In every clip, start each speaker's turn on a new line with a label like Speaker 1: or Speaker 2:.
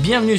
Speaker 1: Bienvenue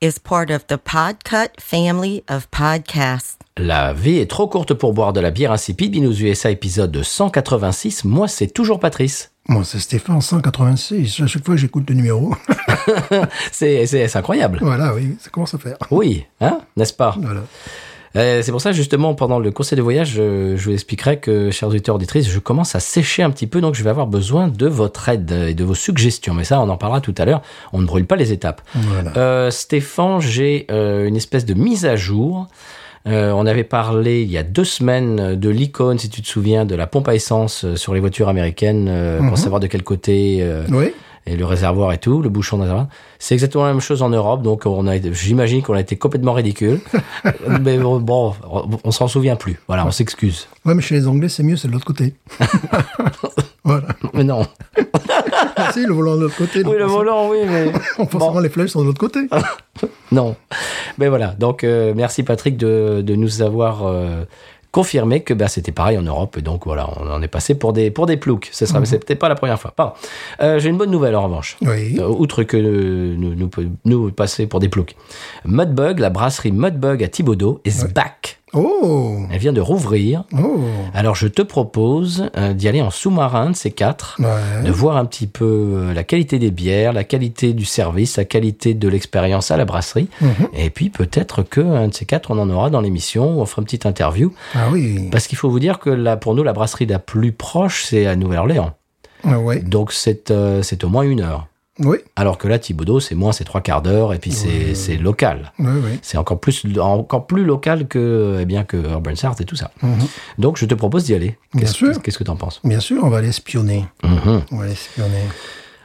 Speaker 2: is part of the Podcut family of podcasts.
Speaker 1: La vie est trop courte pour boire de la bière insipide. Binous USA épisode 186. Moi, c'est toujours Patrice.
Speaker 3: Moi, c'est Stéphane 186. À chaque fois, j'écoute le numéro.
Speaker 1: C'est c'est- c'est incroyable.
Speaker 3: voilà, oui, ça commence à faire.
Speaker 1: Oui, hein, n'est-ce pas
Speaker 3: Voilà.
Speaker 1: Euh, c'est pour ça, justement, pendant le conseil de voyage, euh, je vous expliquerai que, chers auditeurs auditrices, je commence à sécher un petit peu, donc je vais avoir besoin de votre aide et de vos suggestions. Mais ça, on en parlera tout à l'heure. On ne brûle pas les étapes.
Speaker 3: Voilà.
Speaker 1: Euh, Stéphane, j'ai euh, une espèce de mise à jour. Euh, on avait parlé il y a deux semaines de l'icône, si tu te souviens, de la pompe à essence euh, sur les voitures américaines euh, pour savoir de quel côté euh,
Speaker 3: Oui,
Speaker 1: et le réservoir et tout, le bouchon de réservoir. C'est exactement la même chose en Europe, donc on a, été- j'imagine qu'on a été complètement ridicule. mais bon, bon, on s'en souvient plus. Voilà, on s'excuse.
Speaker 3: ouais, mais chez les Anglais, c'est mieux, c'est de l'autre côté. voilà.
Speaker 1: Mais non.
Speaker 3: Ah, si, le volant de l'autre côté. donc,
Speaker 1: Oui, le volant, Ah. oui, mais.
Speaker 3: on- Forcément, les flèches sont de l'autre côté.
Speaker 1: Non. Mais voilà. Donc, euh, merci Patrick de, de nous avoir euh, confirmé que ben, c'était pareil en Europe. Et donc, voilà, on en est passé pour des, pour des ploucs. Ce sera, c'était pas la première fois. Pardon. Euh, j'ai une bonne nouvelle en revanche.
Speaker 3: Oui.
Speaker 1: Euh, Outre que euh, nous, nous, nous passer pour des ploucs. Mudbug, la brasserie Mudbug à Thibaudot, is back.
Speaker 3: Oh
Speaker 1: Elle vient de rouvrir.
Speaker 3: Oh
Speaker 1: Alors, je te propose euh, d'y aller en sous-marin de ces quatre de
Speaker 3: Ouais.
Speaker 1: voir un petit peu euh, la qualité des bières, la qualité du service, la qualité de l'expérience à la brasserie.
Speaker 3: Mhm.
Speaker 1: Et puis peut-être que un de ces quatre, on en aura dans l'émission, on fera une petite interview.
Speaker 3: Ah oui.
Speaker 1: Parce qu'il faut vous dire que là, pour nous, la brasserie la plus proche, c'est à Nouvelle-Orléans.
Speaker 3: Ah ouais.
Speaker 1: Donc c'est euh, c'est au moins une heure.
Speaker 3: Oui.
Speaker 1: Alors que là, Thibaudot, c'est moins, c'est trois quarts d'heure, et puis c'est c'est local.
Speaker 3: Oui, oui.
Speaker 1: C'est encore plus, encore plus local que, eh bien, que Urban Sart et tout ça.
Speaker 3: Mhm.
Speaker 1: Donc je te propose d'y aller.
Speaker 3: Bien
Speaker 1: Qu'est-ce
Speaker 3: sûr.
Speaker 1: Qu'est-ce que t'en penses
Speaker 3: Bien sûr, on va aller espionner.
Speaker 1: Mhm.
Speaker 3: On va aller espionner.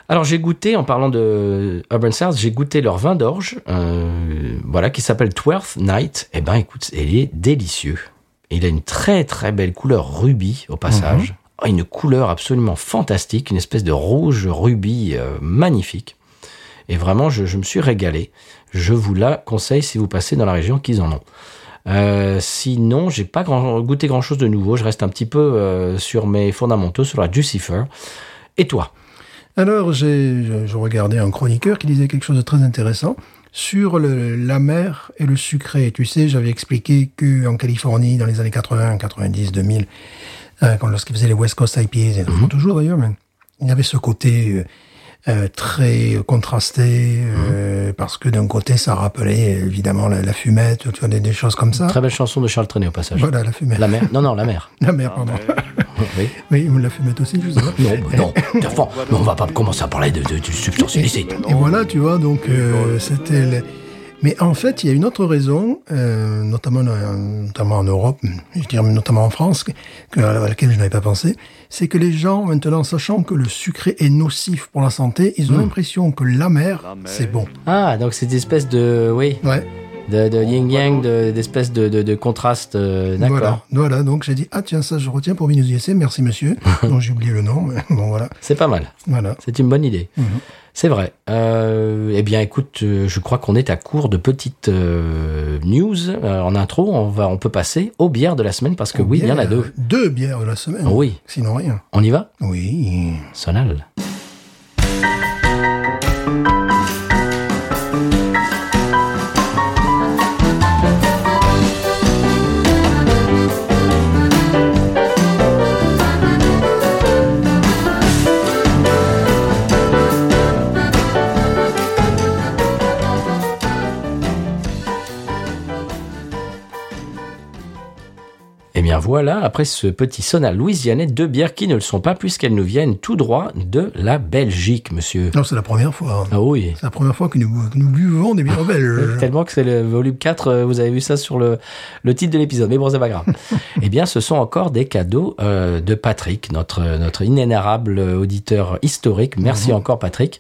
Speaker 1: Alors j'ai goûté, en parlant de Urban Stars, j'ai goûté leur vin d'orge, euh, voilà, qui s'appelle Twelfth Night. Eh ben écoute, il est délicieux. Il a une très très belle couleur rubis au passage. Oh, une couleur absolument fantastique, une espèce de rouge rubis euh, magnifique. Et vraiment, je, je me suis régalé. Je vous la conseille si vous passez dans la région qu'ils en ont. Euh, sinon, j'ai pas grand- goûté grand chose de nouveau. Je reste un petit peu euh, sur mes fondamentaux, sur la Jucifer. Et toi
Speaker 3: Alors, j'ai, je, je regardais un chroniqueur qui disait quelque chose de très intéressant sur le- l'amer et le sucré. Tu sais, j'avais expliqué que en Californie, dans les années 80, 90, 2000, euh, quand lorsqu'ils faisaient les West Coast IPAs, et ils en
Speaker 1: Mhm.
Speaker 3: font toujours d'ailleurs, mais il y avait ce côté euh, euh, très contrasté euh,
Speaker 1: Mhm.
Speaker 3: parce que d'un côté, ça rappelait euh, évidemment la, la fumette, tu vois, des, des choses comme ça.
Speaker 1: Très belle chanson de Charles Trenet au passage.
Speaker 3: Voilà, la fumette.
Speaker 1: La mer. Non, non, la mer.
Speaker 3: La mer, pardon.
Speaker 1: Oui.
Speaker 3: Oui, la fumette aussi, je sais pas.
Speaker 1: Non, bah non. De fond, mais on va pas commencer à parler de, de- de substances illicites.
Speaker 3: Et voilà, tu vois, donc euh, c'était. le- Mais en fait, il y a une autre raison, euh, notamment, euh, notamment en Europe, je dirais notamment en France, que- que- à laquelle je n'avais pas pensé, c'est que les gens, maintenant, sachant que le sucré est nocif pour la santé, ils ont
Speaker 1: Hmm.
Speaker 3: l'impression que l'amer, c'est bon.
Speaker 1: Ah, donc c'est des espèces de, oui,
Speaker 3: Ouais,
Speaker 1: de, de yin yang, de- d'espèces de, de, de contraste. euh, D'accord.
Speaker 3: voilà, voilà. Donc j'ai dit, ah tiens, ça je retiens pour Minus USA, merci monsieur. donc j'ai oublié le nom, mais bon voilà,
Speaker 1: C'est pas mal.
Speaker 3: voilà.
Speaker 1: C'est une bonne idée. C'est vrai. Euh, eh bien, écoute, euh, je crois qu'on est à court de petites euh, news Euh, en intro. On va, on peut passer aux bières de la semaine parce que oui, il y en a
Speaker 3: Bière,
Speaker 1: deux.
Speaker 3: euh,
Speaker 1: Ah
Speaker 3: Deux bières de la semaine.
Speaker 1: Oui.
Speaker 3: Sinon rien.
Speaker 1: On y va
Speaker 3: Oui.
Speaker 1: Sonal. Eh bien voilà, après ce petit sonal louisianais, deux bières qui ne le sont pas puisqu'elles nous viennent tout droit de la Belgique, monsieur.
Speaker 3: Non, c'est la première fois. hein.
Speaker 1: Ah oui.
Speaker 3: C'est la première fois que nous, que nous buvons des bières belges.
Speaker 1: Tellement que c'est le volume 4, euh, vous avez vu ça sur le, le titre de l'épisode, mais bon, c'est pas grave. eh bien, ce sont encore des cadeaux euh, de Patrick, notre, notre inénarrable euh, auditeur historique. Merci encore, Patrick.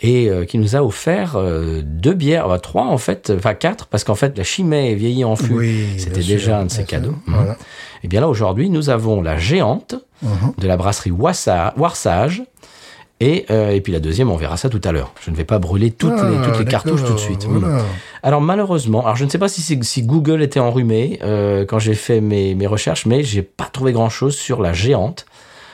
Speaker 1: et euh, qui nous a offert euh, deux bières, bah, trois en fait, enfin quatre, parce qu'en fait la chimée est vieillie en fût.
Speaker 3: Oui, bien
Speaker 1: C'était
Speaker 3: sûr,
Speaker 1: déjà un de ses
Speaker 3: bien sûr.
Speaker 1: cadeaux.
Speaker 3: Voilà.
Speaker 1: Mmh. Et bien là aujourd'hui, nous avons la géante
Speaker 3: Mhm.
Speaker 1: de la brasserie Wassa- Warsage. Et, euh, et puis la deuxième, on verra ça tout à l'heure. Je ne vais pas brûler toutes les,
Speaker 3: Ah,
Speaker 1: toutes les cartouches tout de
Speaker 3: d'accord,
Speaker 1: suite. Mmh.
Speaker 3: voilà.
Speaker 1: Alors malheureusement, alors je ne sais pas si, c'est- si Google était enrhumé euh, quand j'ai fait mes, mes recherches, mais j'ai pas trouvé grand-chose sur la géante.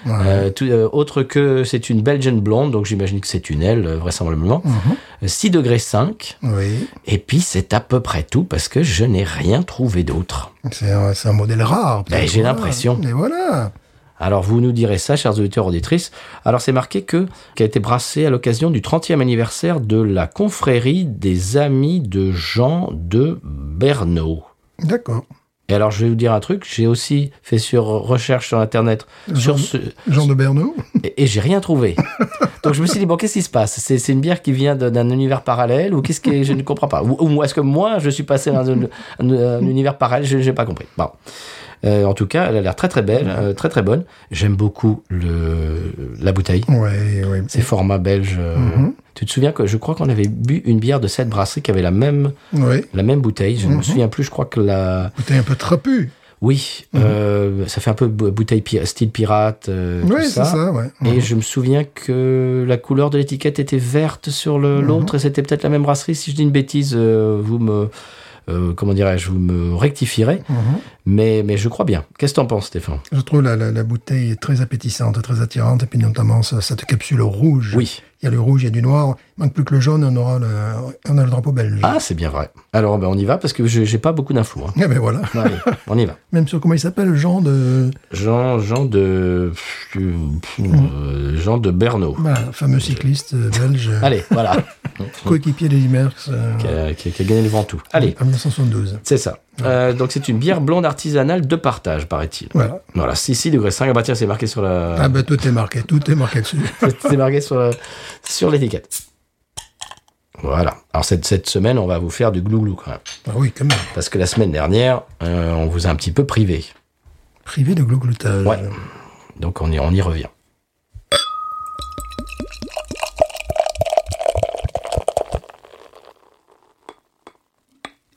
Speaker 3: Ouais.
Speaker 1: Euh, tout- euh, autre que c'est une Belgian blonde, donc j'imagine que c'est une aile, euh, vraisemblablement.
Speaker 3: Mhm.
Speaker 1: 6 degrés 5,
Speaker 3: Oui,
Speaker 1: et puis c'est à peu près tout parce que je n'ai rien trouvé d'autre.
Speaker 3: c'est un, c'est un modèle rare.
Speaker 1: Ben,
Speaker 3: peut-être,
Speaker 1: j'ai
Speaker 3: voilà.
Speaker 1: l'impression.
Speaker 3: Mais voilà.
Speaker 1: Alors vous nous direz ça, chers auditeurs, auditrices. Alors c'est marqué que qui a été brassé à l'occasion du 30e anniversaire de la confrérie des amis de Jean de Bernaud.
Speaker 3: D'accord.
Speaker 1: Et alors, je vais vous dire un truc. J'ai aussi fait sur recherche sur Internet sur ce,
Speaker 3: Jean de Bernou.
Speaker 1: et, et j'ai rien trouvé. Donc, je me suis dit, bon, qu'est-ce qui se passe C'est c'est une bière qui vient de- d'un univers parallèle ou qu'est-ce que je ne comprends pas Ou, ou est-ce que moi, je suis passé dans un, un- un univers parallèle Je n'ai pas compris. Bon. Euh, en tout cas, elle a l'air très très belle, euh, très très bonne. J'aime beaucoup le, la bouteille.
Speaker 3: Oui, oui.
Speaker 1: C'est format belge. euh.
Speaker 3: Mhm.
Speaker 1: Tu te souviens que je crois qu'on avait bu une bière de cette brasserie qui avait la même,
Speaker 3: Oui.
Speaker 1: la même bouteille. Je ne me
Speaker 3: Mhm.
Speaker 1: souviens plus, je crois que la,
Speaker 3: Bouteille un peu trapu.
Speaker 1: oui,
Speaker 3: Mhm.
Speaker 1: euh, ça fait un peu bou- bouteille pi- style pirate, euh, tout
Speaker 3: Oui, c'est
Speaker 1: ça.
Speaker 3: ça, ouais. Uh-huh.
Speaker 1: Et je me souviens que la couleur de l'étiquette était verte sur le- l'autre et c'était peut-être la même brasserie. Si je dis une bêtise, euh, vous me euh, comment dirais-je, vous me rectifierez.
Speaker 3: Mhm.
Speaker 1: Mais mais je crois bien. Qu'est-ce que t'en penses, Stéphane
Speaker 3: Je trouve la, la, la bouteille très appétissante, très attirante, et puis notamment ce- cette capsule rouge.
Speaker 1: Oui.
Speaker 3: Il y a le rouge, il y a du noir. Il manque plus que le jaune, on aura le, on a le drapeau belge.
Speaker 1: Ah, c'est bien vrai. Alors ben on y va parce que je- j'ai pas beaucoup d'infos. hein.
Speaker 3: Eh ben voilà.
Speaker 1: Allez, on y va.
Speaker 3: Même sur comment il s'appelle, Jean de.
Speaker 1: Jean Jean de pff, euh, Jean de Bernaud.
Speaker 3: Voilà, Bah, fameux cycliste euh, belge.
Speaker 1: Allez, voilà.
Speaker 3: Coéquipier des Limercks. euh,
Speaker 1: qui, a, qui a- qui a gagné le Ventoux. Allez.
Speaker 3: En 1972.
Speaker 1: C'est ça. Euh, donc c'est une bière blonde artisanale de partage, paraît-il.
Speaker 3: Voilà.
Speaker 1: Voilà, 6 degrés 5. Ah bah tiens, c'est marqué sur la.
Speaker 3: Ah ben tout est marqué, tout est marqué dessus.
Speaker 1: c'est marqué sur la- sur l'étiquette. Voilà. Alors cette, cette semaine, on va vous faire du glouglou quand même.
Speaker 3: Ah oui, quand même.
Speaker 1: Parce que la semaine dernière, euh, on vous a un petit peu privé.
Speaker 3: Privé de glougloutage.
Speaker 1: Ouais. Donc on y, on y revient.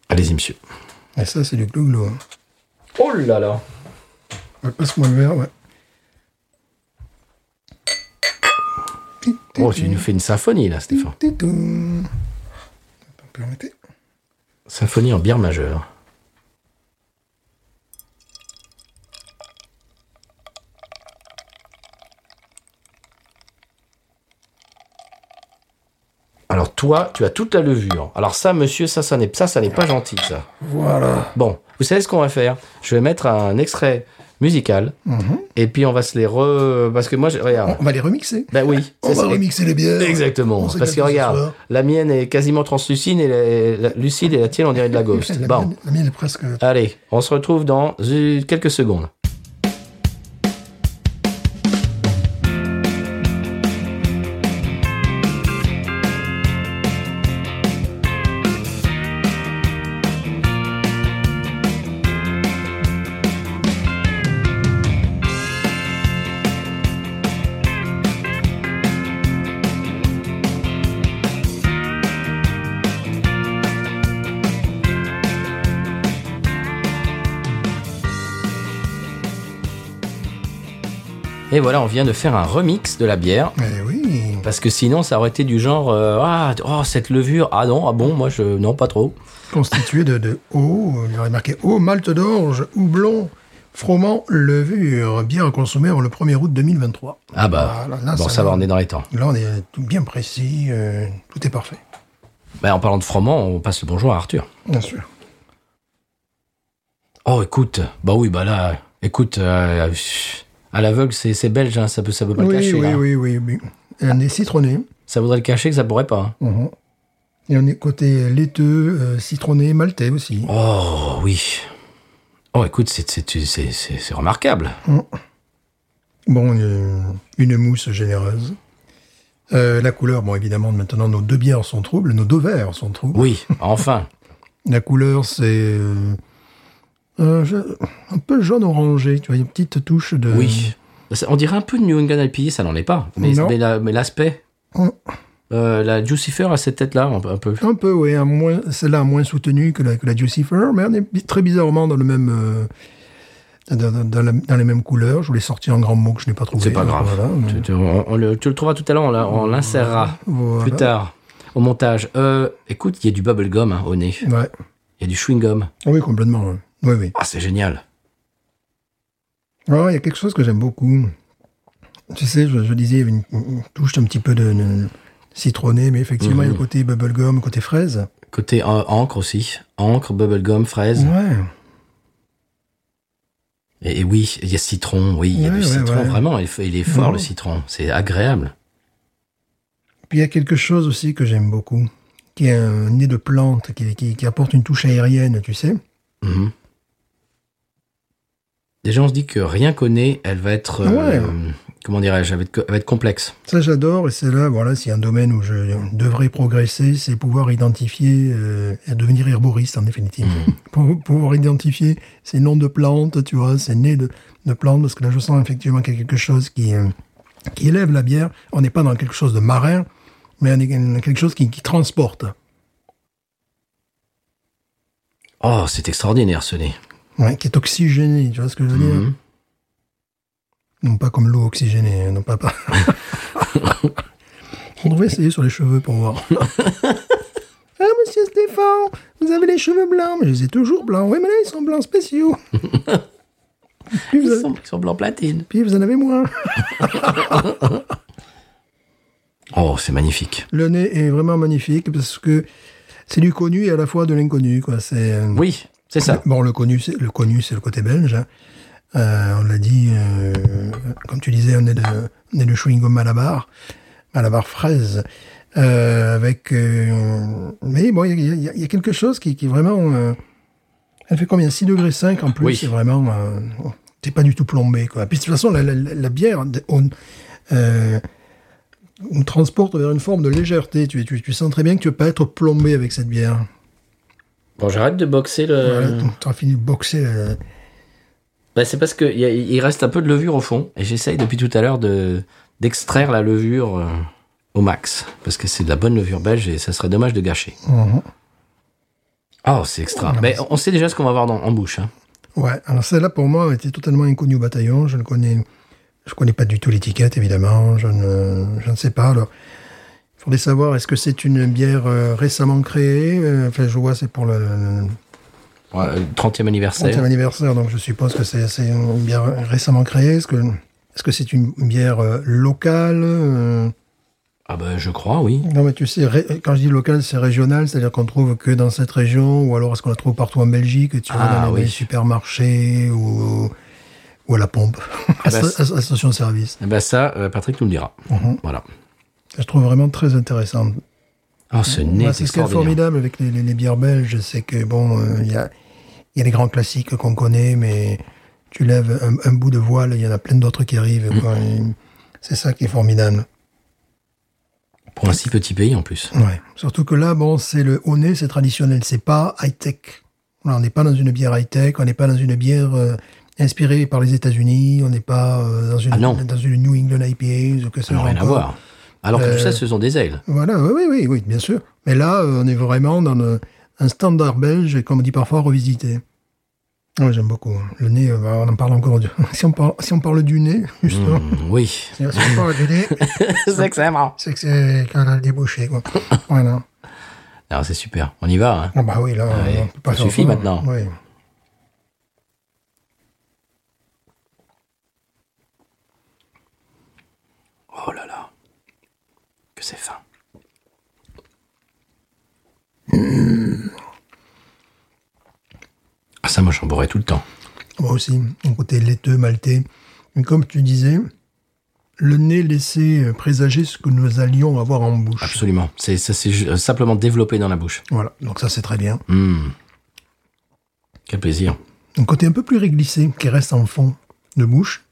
Speaker 1: Allez-y, monsieur.
Speaker 3: Et ça, c'est du glouglou. hein.
Speaker 1: Oh là là
Speaker 3: Ouais, Passe-moi le verre, ouais.
Speaker 1: Oh, tu nous fais une symphonie là, Stéphane.
Speaker 3: Tidou. Attends, permettez.
Speaker 1: Symphonie en bière majeure. Alors toi, tu as toute la levure. Alors ça, monsieur, ça, ça n'est ça, ça n'est pas gentil, ça.
Speaker 3: Voilà.
Speaker 1: Bon, vous savez ce qu'on va faire Je vais mettre un extrait musical
Speaker 3: Mm-hmm.
Speaker 1: et puis on va se les re. Parce que moi, j'ai- regarde.
Speaker 3: On va les remixer.
Speaker 1: Ben oui.
Speaker 3: On
Speaker 1: ça,
Speaker 3: va
Speaker 1: c'est-
Speaker 3: remixer les bières.
Speaker 1: Exactement.
Speaker 3: On s'est
Speaker 1: Parce que
Speaker 3: gâtés ce
Speaker 1: regarde,
Speaker 3: soir.
Speaker 1: la mienne est quasiment translucide et la, la- lucide et la tienne, on dirait de la ghost.
Speaker 3: Eh, La,
Speaker 1: Bon.
Speaker 3: mienne, la mienne est presque.
Speaker 1: Allez, on se retrouve dans euh, quelques secondes. Et voilà, on vient de faire un remix de la bière.
Speaker 3: Eh oui.
Speaker 1: Parce que sinon, ça aurait été du genre euh, ah oh, cette levure ah non ah bon moi je non pas trop
Speaker 3: Constitué de, de eau, il y aurait marqué eau, malte d'orge, houblon, froment, levure. Bière consommée avant le 1er août 2023.
Speaker 1: ah bah
Speaker 3: Voilà, là,
Speaker 1: bon
Speaker 3: ça
Speaker 1: ça va
Speaker 3: va.
Speaker 1: on est dans les temps.
Speaker 3: Là, on est tout bien précis, euh, tout est parfait.
Speaker 1: Bah, en parlant de froment, on passe le bonjour à Arthur.
Speaker 3: Bien sûr.
Speaker 1: Oh écoute bah oui bah là écoute euh, à l'aveugle c'est c'est belge hein, ça peut ça peut pas
Speaker 3: Oui,
Speaker 1: le cacher
Speaker 3: oui,
Speaker 1: là.
Speaker 3: oui, oui, oui. Et on est citronné.
Speaker 1: ça voudrait le cacher que ça pourrait pas. hein.
Speaker 3: Mhm. Et on est côté laiteux, euh, citronné, maltais aussi.
Speaker 1: Oh oui oh écoute c'est c'est c'est c'est c'est remarquable
Speaker 3: Bon, euh, une mousse généreuse. Euh, la couleur, bon, évidemment, maintenant, nos deux bières sont troubles, nos deux verres sont troubles.
Speaker 1: oui enfin
Speaker 3: La couleur, c'est euh, euh, je- un peu jaune-orangé, tu vois, une petite touche de...
Speaker 1: Oui. Ça- On dirait un peu de New England IPA, ça n'en est pas. Mais
Speaker 3: Non.
Speaker 1: mais la- mais l'aspect.
Speaker 3: Mm.
Speaker 1: Euh, la Jucifer a cette tête-là, un peu. un peu.
Speaker 3: Un peu, oui. un moins- Celle-là moins soutenue que la, que la Jucifer, mais on est bi- très bizarrement dans le même. euh, dans, dans- dans la- dans les mêmes couleurs. Je voulais sortir un grand mot que je n'ai pas trouvé.
Speaker 1: C'est pas
Speaker 3: alors
Speaker 1: grave.
Speaker 3: voilà, mais-
Speaker 1: Tu, tu- on- on le, tu le trouveras tout à l'heure, on la- on l'insérera
Speaker 3: Voilà.
Speaker 1: plus tard au montage. Euh, écoute, il y a du bubblegum hein, au nez.
Speaker 3: Ouais.
Speaker 1: Il y a du chewing-gum.
Speaker 3: Oui, complètement. ouais. Oui, oui.
Speaker 1: Ah, c'est génial.
Speaker 3: Alors, il y a quelque chose que j'aime beaucoup. Tu sais, je, je disais, il y avait une, une touche un petit peu de, de- de citronné, mais effectivement,
Speaker 1: Mhm.
Speaker 3: il y a le côté bubblegum, le côté fraise.
Speaker 1: Côté euh, encre aussi. Encre, bubblegum, fraise.
Speaker 3: Ouais.
Speaker 1: Et, et oui, il y a citron. Oui, il y a
Speaker 3: Ouais,
Speaker 1: du
Speaker 3: ouais,
Speaker 1: citron.
Speaker 3: ouais. Mhm.
Speaker 1: Vraiment, il, f- il est fort
Speaker 3: Vraiment.
Speaker 1: le citron. C'est agréable.
Speaker 3: Puis il y a quelque chose aussi que j'aime beaucoup, qui est un nez de plante, qui, qui, qui apporte une touche aérienne, tu sais.
Speaker 1: Mhm. Déjà, on se dit que rien qu'au nez, elle va être. euh,
Speaker 3: Ouais.
Speaker 1: Comment dirais-je elle va être co- elle va être complexe.
Speaker 3: Ça, j'adore, et c'est là, voilà, s'il y a un domaine où je devrais progresser, c'est pouvoir identifier, euh, et devenir herboriste, en définitive. Pour, pouvoir identifier ces noms de plantes, tu vois, ces nez de, de plantes, parce que là, je sens effectivement qu'il y a quelque chose qui, euh, qui élève la bière. On n'est pas dans quelque chose de marin, mais on est dans quelque chose qui, qui transporte.
Speaker 1: Oh, c'est extraordinaire ce nez.
Speaker 3: Ouais, qui est oxygéné, tu vois ce que je veux dire
Speaker 1: Mhm.
Speaker 3: Non, pas comme l'eau oxygénée, hein, non, pas pas. On devrait essayer sur les cheveux pour voir. ah, monsieur Stéphane, vous avez les cheveux blancs, mais je les ai toujours blancs. Oui, mais là, ils sont blancs spéciaux. puis, vous
Speaker 1: Ils
Speaker 3: avez-
Speaker 1: sont, ils sont blanc platine.
Speaker 3: puis vous en avez moins.
Speaker 1: Oh, c'est magnifique.
Speaker 3: Le nez est vraiment magnifique parce que c'est du connu et à la fois de l'inconnu, quoi. C'est. euh,
Speaker 1: Oui, c'est ça.
Speaker 3: Bon, le connu, c'est le connu, c'est le côté belge. hein. Euh, on l'a dit, euh, comme tu disais, on est de, on est de chewing-gum Malabar, Malabar fraise. Euh, avec, euh, mais bon, il y a- il y, a- il y a quelque chose qui, qui est vraiment. euh, elle fait combien 6 degrés 5 en plus.
Speaker 1: Oui.
Speaker 3: C'est vraiment. euh, T'es pas du tout plombé, quoi. Puis de toute façon, la, la- la- la bière, on, euh, on transporte vers une forme de légèreté. Tu, tu, tu sens très bien que tu veux pas être plombé avec cette bière.
Speaker 1: Bon, j'arrête de boxer le.
Speaker 3: Voilà, t'as fini de boxer. euh,
Speaker 1: Bah, c'est parce qu'il il reste un peu de levure au fond. Et j'essaye depuis tout à l'heure de d'extraire la levure euh, au max. Parce que c'est de la bonne levure belge et ça serait dommage de gâcher.
Speaker 3: Mhm.
Speaker 1: Oh, c'est extra. Mais on sait déjà ce qu'on va avoir dans, en bouche. hein.
Speaker 3: Ouais, alors celle-là pour moi était totalement inconnue au bataillon. Je ne connais, je connais pas du tout l'étiquette évidemment. Je ne, je ne sais pas. Alors, il faudrait savoir est-ce que c'est une bière euh, récemment créée. Euh, Enfin, je vois c'est pour le, le
Speaker 1: Ouais, euh, 30e
Speaker 3: 30e
Speaker 1: anniversaire.
Speaker 3: anniversaire, donc je suppose que c'est c'est une bière récemment créée. Est-ce que est-ce que c'est une bière euh, locale euh,
Speaker 1: Ah, bah, je crois, oui.
Speaker 3: Non, mais tu sais, ré- quand je dis locale, c'est régional, c'est-à-dire qu'on trouve que dans cette région, ou alors est-ce qu'on la trouve partout en Belgique, tu vois,
Speaker 1: Ah,
Speaker 3: dans les-
Speaker 1: oui.
Speaker 3: les supermarchés ou, ou à la pompe, à,
Speaker 1: bah,
Speaker 3: sta-
Speaker 1: c'est-
Speaker 3: à- à station de service.
Speaker 1: Eh ben ça, euh, Patrick nous le dira.
Speaker 3: Mhm.
Speaker 1: Voilà.
Speaker 3: Je trouve vraiment très intéressante.
Speaker 1: Ah, ce nez,
Speaker 3: Moi,
Speaker 1: c'est
Speaker 3: Bah, c'est ce qui est
Speaker 1: extraordinaire.
Speaker 3: formidable avec les, les- les bières belges, c'est que bon, euh, il y a, il y a les grands classiques qu'on connaît, mais tu lèves un, un bout de voile, il y en a plein d'autres qui arrivent. quoi.
Speaker 1: Mm.
Speaker 3: Et C'est ça qui est formidable.
Speaker 1: Pour un si petit pays, en plus.
Speaker 3: Ouais. Surtout que là, bon, c'est le au nez, c'est traditionnel, c'est pas high-tech. Voilà, on n'est pas dans une bière high-tech, on n'est pas dans une bière euh, inspirée par les États-Unis, on n'est pas euh, dans, une,
Speaker 1: Ah non.
Speaker 3: dans une New England IPA ou que
Speaker 1: Ça
Speaker 3: sais-je
Speaker 1: n'a rien à
Speaker 3: encore.
Speaker 1: voir. Alors
Speaker 3: euh,
Speaker 1: que tout ça, ce sont des ailes.
Speaker 3: Voilà, oui, oui, oui, oui, bien sûr. Mais là, euh, on est vraiment dans le- un standard belge, et comme on dit parfois, revisité. Ouais, j'aime beaucoup. hein. Le nez, euh, bah, on en parle encore. du- Si, on parle, si on parle du nez, justement,
Speaker 1: Mm, oui.
Speaker 3: si on parle du nez,
Speaker 1: c'est excellent.
Speaker 3: Hein c'est que c'est quand on a le débouché, quoi. Voilà.
Speaker 1: Alors, c'est super. On y va. hein.
Speaker 3: Ah bah oui, là,
Speaker 1: Ouais,
Speaker 3: on peut pas
Speaker 1: ça
Speaker 3: faire
Speaker 1: suffit
Speaker 3: autrement.
Speaker 1: maintenant.
Speaker 3: Oui.
Speaker 1: Oh là là. Que c'est fin. Hmm. Ah, ça, moi, j'en bourrais tout le temps.
Speaker 3: Moi aussi, mon côté laiteux, maltais. Mais comme tu disais, le nez laissait présager ce que nous allions avoir en bouche.
Speaker 1: Absolument. C'est, ça s'est ju- euh, simplement développé dans la bouche.
Speaker 3: Voilà, donc ça c'est très bien.
Speaker 1: Mm. Quel plaisir.
Speaker 3: Un côté un peu plus réglissé qui reste en fond de bouche.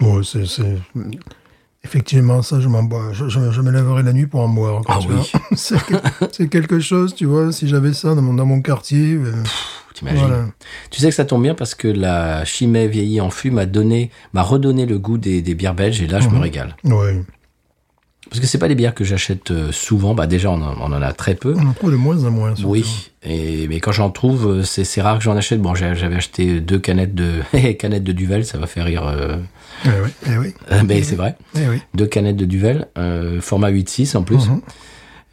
Speaker 3: Ouais, c'est, c'est- Effectivement, ça, je m'en bois. Je, je- je me lèverai la nuit pour en boire. quoi,
Speaker 1: Ah
Speaker 3: tu
Speaker 1: oui.
Speaker 3: vois. c'est, quel- c'est quelque chose, tu vois. Si j'avais ça dans mon, dans mon quartier. euh,
Speaker 1: Pff, T'imagines
Speaker 3: Voilà.
Speaker 1: Tu sais que ça tombe bien parce que la chimay vieillie en fût m'a donné, m'a redonné le goût des, des bières belges et là je me régale.
Speaker 3: ouais.
Speaker 1: Parce que c'est pas des bières que j'achète euh, souvent. Bah déjà, on en, on en a très peu.
Speaker 3: On en trouve de moins en moins. surtout.
Speaker 1: Oui, et, mais quand j'en trouve, euh, c'est c'est rare que j'en achète. Bon, j'ai- j'avais acheté deux canettes de eh, canettes de Duvel, ça va faire rire. euh,
Speaker 3: Eh oui, eh oui,
Speaker 1: mais c'est vrai,
Speaker 3: eh oui.
Speaker 1: deux canettes de Duvel, euh, format 8-6 en
Speaker 3: Mhm.
Speaker 1: plus.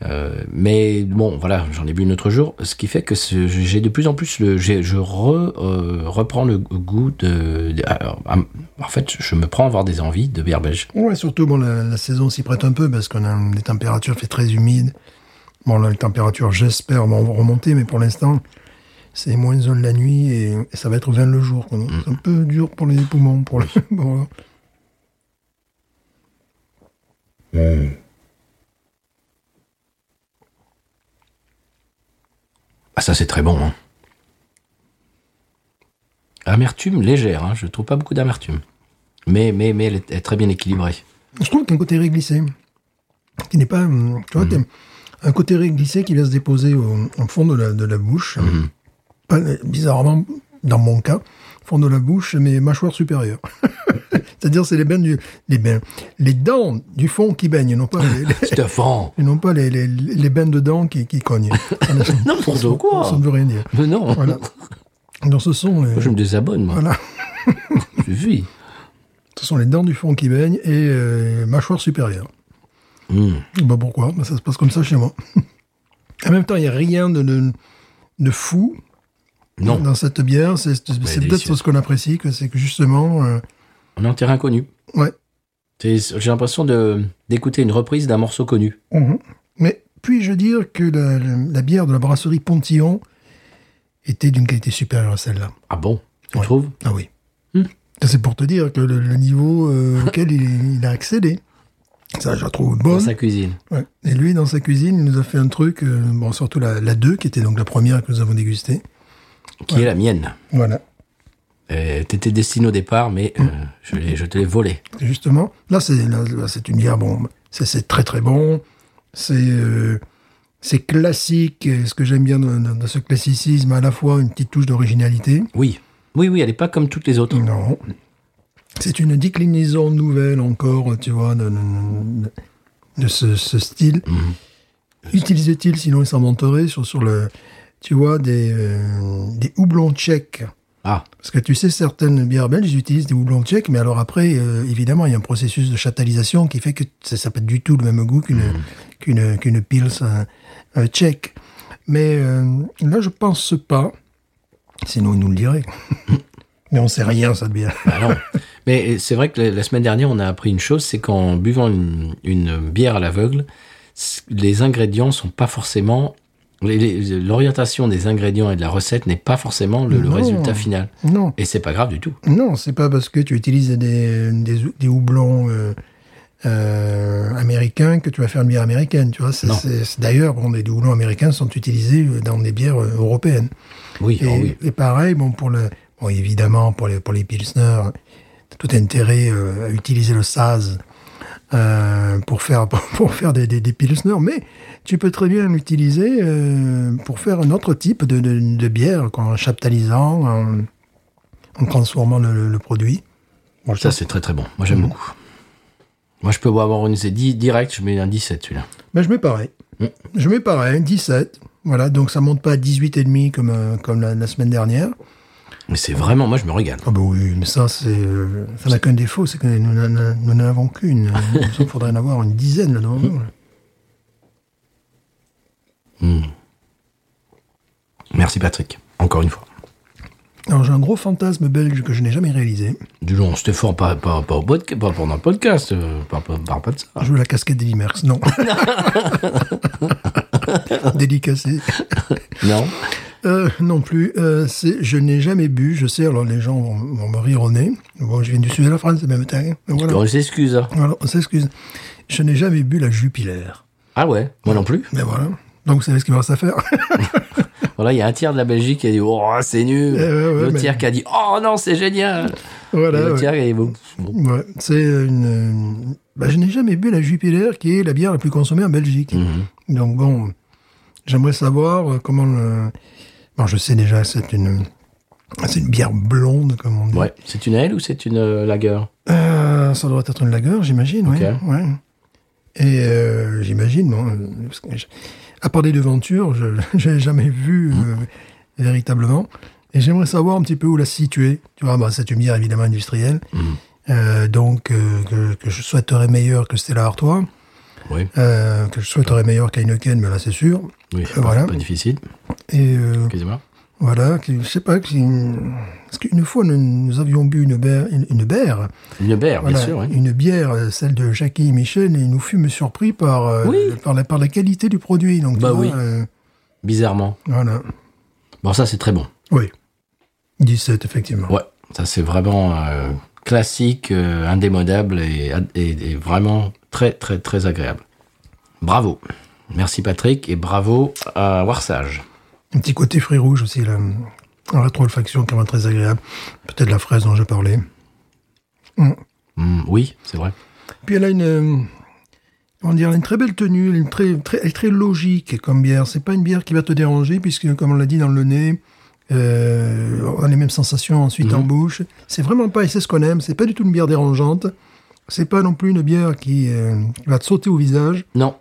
Speaker 1: Euh, mais bon, voilà, j'en ai bu un autre jour, ce qui fait que ce- j'ai de plus en plus le, j'ai- je re- euh, reprends le goût de, de- alors, ah, en fait, je me prends à avoir des envies de bière belge.
Speaker 3: Ouais, surtout, bon, la, la saison s'y prête un peu parce qu'on a des températures fait très humides. Bon, là, les températures, j'espère, vont remonter, mais pour l'instant, c'est moins 1 la nuit et, et ça va être 20 le jour. quoi. Donc, C'est un peu dur pour les poumons. Pour le... bon,
Speaker 1: Ah, ça, c'est très bon. hein. Amertume légère, hein. je trouve pas beaucoup d'amertume. Mais, mais, mais elle est, elle est très bien équilibrée.
Speaker 3: Je trouve qu'il y a un côté réglissé qui n'est pas. hum, Tu vois,
Speaker 1: Mhm.
Speaker 3: t'es- un côté réglissé qui vient se déposer au, au fond de la, de la bouche.
Speaker 1: Mhm.
Speaker 3: Pas- euh, bizarrement, dans mon cas, fond de la bouche, mais mâchoire supérieure. C'est-à-dire, c'est les bains du, les bains, les dents du fond qui baignent, non pas les, les-
Speaker 1: Stéphane
Speaker 3: et non pas les, les, les bains de dents qui, qui cognent.
Speaker 1: Non, pour de quoi
Speaker 3: Ça ne veut rien dire.
Speaker 1: Mais non
Speaker 3: Voilà. Donc, ce sont, euh,
Speaker 1: Moi, je me désabonne, moi.
Speaker 3: voilà,
Speaker 1: Je vis.
Speaker 3: ce sont les dents du fond qui baignent et euh, mâchoire supérieure.
Speaker 1: Hum.
Speaker 3: Bah pourquoi Bah, Ça se passe comme ça chez moi. En même temps, il n'y a rien de, de, de fou
Speaker 1: Non,
Speaker 3: dans cette bière. C'est c'est- c'est
Speaker 1: délicieux.
Speaker 3: peut-être ce qu'on apprécie, que c'est que justement... euh,
Speaker 1: on est en terrain connu.
Speaker 3: ouais.
Speaker 1: C'est- J'ai l'impression de- d'écouter une reprise d'un morceau connu.
Speaker 3: Mhm. Mais puis-je dire que la, la- la bière de la brasserie Pontillon était d'une qualité supérieure à celle-là
Speaker 1: Ah bon Tu
Speaker 3: Ouais.
Speaker 1: trouves
Speaker 3: Ah oui.
Speaker 1: Hmm.
Speaker 3: Ça, C'est pour te dire que le, le niveau euh, auquel il, il a accédé, ça je la trouve
Speaker 1: Dans
Speaker 3: bonne.
Speaker 1: sa cuisine.
Speaker 3: Ouais. Et lui, dans sa cuisine, il nous a fait un truc, euh, bon, surtout la, la 2, qui était donc la première que nous avons dégustée.
Speaker 1: Qui est la mienne.
Speaker 3: Voilà.
Speaker 1: Euh, T'étais destiné au départ, mais euh, je, l'ai- je te l'ai volé.
Speaker 3: Et justement, là, c'est là, là, c'est une bière, bon, c'est- c'est très très bon, c'est euh, c'est classique, et ce que j'aime bien dans, dans- dans ce classicisme, à la fois une petite touche d'originalité.
Speaker 1: Oui. Oui, oui, elle n'est pas comme toutes les autres.
Speaker 3: Non. C'est une déclinaison nouvelle encore, tu vois, de, de- de ce, ce style. Utilisait-il, sinon il s'en vanterait, sur, sur le, tu vois, des, euh, des houblons tchèques
Speaker 1: Ah,
Speaker 3: Parce que tu sais, certaines bières belges utilisent des houblons tchèques, mais alors après, euh, évidemment, il y a un processus de chatalisation qui fait que ça n'a pas du tout le même goût qu'une qu'une qu'une pils euh, euh, tchèque. Mais euh, là, je pense pas. Sinon, ils nous le diraient. mais on sait rien, ça devient.
Speaker 1: bah non. Mais c'est vrai que la, la semaine dernière, on a appris une chose, c'est qu'en buvant une, une bière à l'aveugle, c- les ingrédients sont pas forcément... les- les- L'orientation des ingrédients et de la recette n'est pas forcément le, le
Speaker 3: Non.
Speaker 1: résultat final.
Speaker 3: Non,
Speaker 1: Et c'est pas grave du tout.
Speaker 3: non, c'est pas parce que tu utilises des, des, hou- des houblons euh, euh, américains que tu vas faire une bière américaine. Tu vois, c'est
Speaker 1: Non.
Speaker 3: c'est- c'est- d'ailleurs, bon, des houblons américains sont utilisés dans des bières euh, européennes.
Speaker 1: Oui,
Speaker 3: Et,
Speaker 1: oh oui.
Speaker 3: et pareil, bon, pour le, bon, évidemment, pour les, pour les Pilsner, t'as tout intérêt euh, à utiliser le Saz euh, pour faire, pour, pour faire des, des, des Pilsner, mais tu peux très bien l'utiliser euh, pour faire un autre type de, de, de bière, en chaptalisant, en, en transformant le, le- le produit. Bon, je
Speaker 1: Ça,
Speaker 3: pense-
Speaker 1: c'est très très bon. Moi,
Speaker 3: Mhm.
Speaker 1: j'aime beaucoup. Moi, je peux avoir une c'est di- direct, je mets un 17 celui-là.
Speaker 3: Ben, je mets pareil. Je mets pareil, 17. Voilà, donc ça monte pas à 18,5 comme, euh, comme la- la semaine dernière.
Speaker 1: Mais c'est vraiment, moi, je me régale.
Speaker 3: Ah bah oui, mais ça, c'est, euh, ça n'a qu'un défaut, c'est que nous n'en- nous n'en avons qu'une. Il faudrait en avoir une dizaine là devant nous. là.
Speaker 1: Merci, Patrick. Encore une fois.
Speaker 3: Alors j'ai un gros fantasme belge que je n'ai jamais réalisé.
Speaker 1: Du long, c'était fort, pas, pas, pas, au podca- pas pendant le podcast, euh, pas, pas, parle pas de ça.
Speaker 3: Je veux la casquette d'Eddie Merckx, non. Dédicacée.
Speaker 1: Non
Speaker 3: Euh, non plus. Euh, c'est- je n'ai jamais bu, je sais, alors les gens vont, vont me rire au nez. Bon, je viens du sud de la France, c'est même temps. hein. Voilà.
Speaker 1: On s'excuse. hein.
Speaker 3: Alors, on s'excuse. Je n'ai jamais bu la jupilaire.
Speaker 1: Ah ouais, moi non plus.
Speaker 3: Mais voilà. Donc, vous savez ce qu'il me reste à faire
Speaker 1: Voilà, il y a un tiers de la Belgique qui a dit Oh, c'est nul.
Speaker 3: Eh ouais, ouais,
Speaker 1: L'autre
Speaker 3: mais-
Speaker 1: tiers qui a dit Oh non, c'est génial.
Speaker 3: Voilà.
Speaker 1: Et l'autre
Speaker 3: ouais.
Speaker 1: tiers qui a dit Bon, bon.
Speaker 3: Ouais, c'est une. bah, je n'ai jamais bu la Jupiler, qui est la bière la plus consommée en Belgique. Donc bon, j'aimerais savoir euh, comment le. Bon, je sais déjà, c'est une. C'est une bière blonde, comme on dit.
Speaker 1: Ouais, c'est une aile ou c'est une euh, lager
Speaker 3: Euh, ça doit être une lager, j'imagine. ouais,
Speaker 1: Ok.
Speaker 3: ouais. Et euh, j'imagine, bon, euh, parce que je- à part des devantures, je n'ai jamais vu euh, véritablement. Et j'aimerais savoir un petit peu où la situer. Tu vois, bah, c'est une bière évidemment industrielle, Euh, donc euh, que, que je souhaiterais meilleure que Stella Artois,
Speaker 1: Oui,
Speaker 3: euh, que je souhaiterais meilleure qu'Heineken, mais là c'est sûr.
Speaker 1: oui,
Speaker 3: Euh, voilà.
Speaker 1: pas difficile.
Speaker 3: Et euh,
Speaker 1: Excusez-moi.
Speaker 3: voilà, que- je sais pas, que c'est- parce qu'une fois nous, nous avions bu une bière, une, une bière,
Speaker 1: Une bière, bien
Speaker 3: voilà,
Speaker 1: sûr. oui.
Speaker 3: une bière, euh, celle de Jackie et Michel, et nous fûmes surpris par, euh,
Speaker 1: Oui.
Speaker 3: par, la, par la qualité du produit. Donc, tu
Speaker 1: Bah
Speaker 3: vois,
Speaker 1: oui.
Speaker 3: euh,
Speaker 1: Bizarrement.
Speaker 3: voilà.
Speaker 1: Bon, ça, c'est très bon.
Speaker 3: Oui. 17, effectivement.
Speaker 1: Ouais, ça, c'est vraiment euh, classique, euh, indémodable et, et- et vraiment très, très, très agréable. Bravo. Merci, Patrick, et bravo à Warsage.
Speaker 3: Un petit côté fruits rouges aussi, là. En rétro-olfaction, qui est vraiment très agréable. Peut-être la fraise dont je parlais.
Speaker 1: Hmm, oui, c'est vrai.
Speaker 3: Puis elle a une, euh, comment dire, une très belle tenue, elle est une très, très, elle est très logique comme bière. C'est pas une bière qui va te déranger puisque, comme on l'a dit dans le nez, euh, on a les mêmes sensations ensuite
Speaker 1: Mhm.
Speaker 3: en bouche. C'est vraiment pas, et c'est ce qu'on aime, c'est pas du tout une bière dérangeante. C'est pas non plus une bière qui, euh, qui va te sauter au visage.
Speaker 1: Non.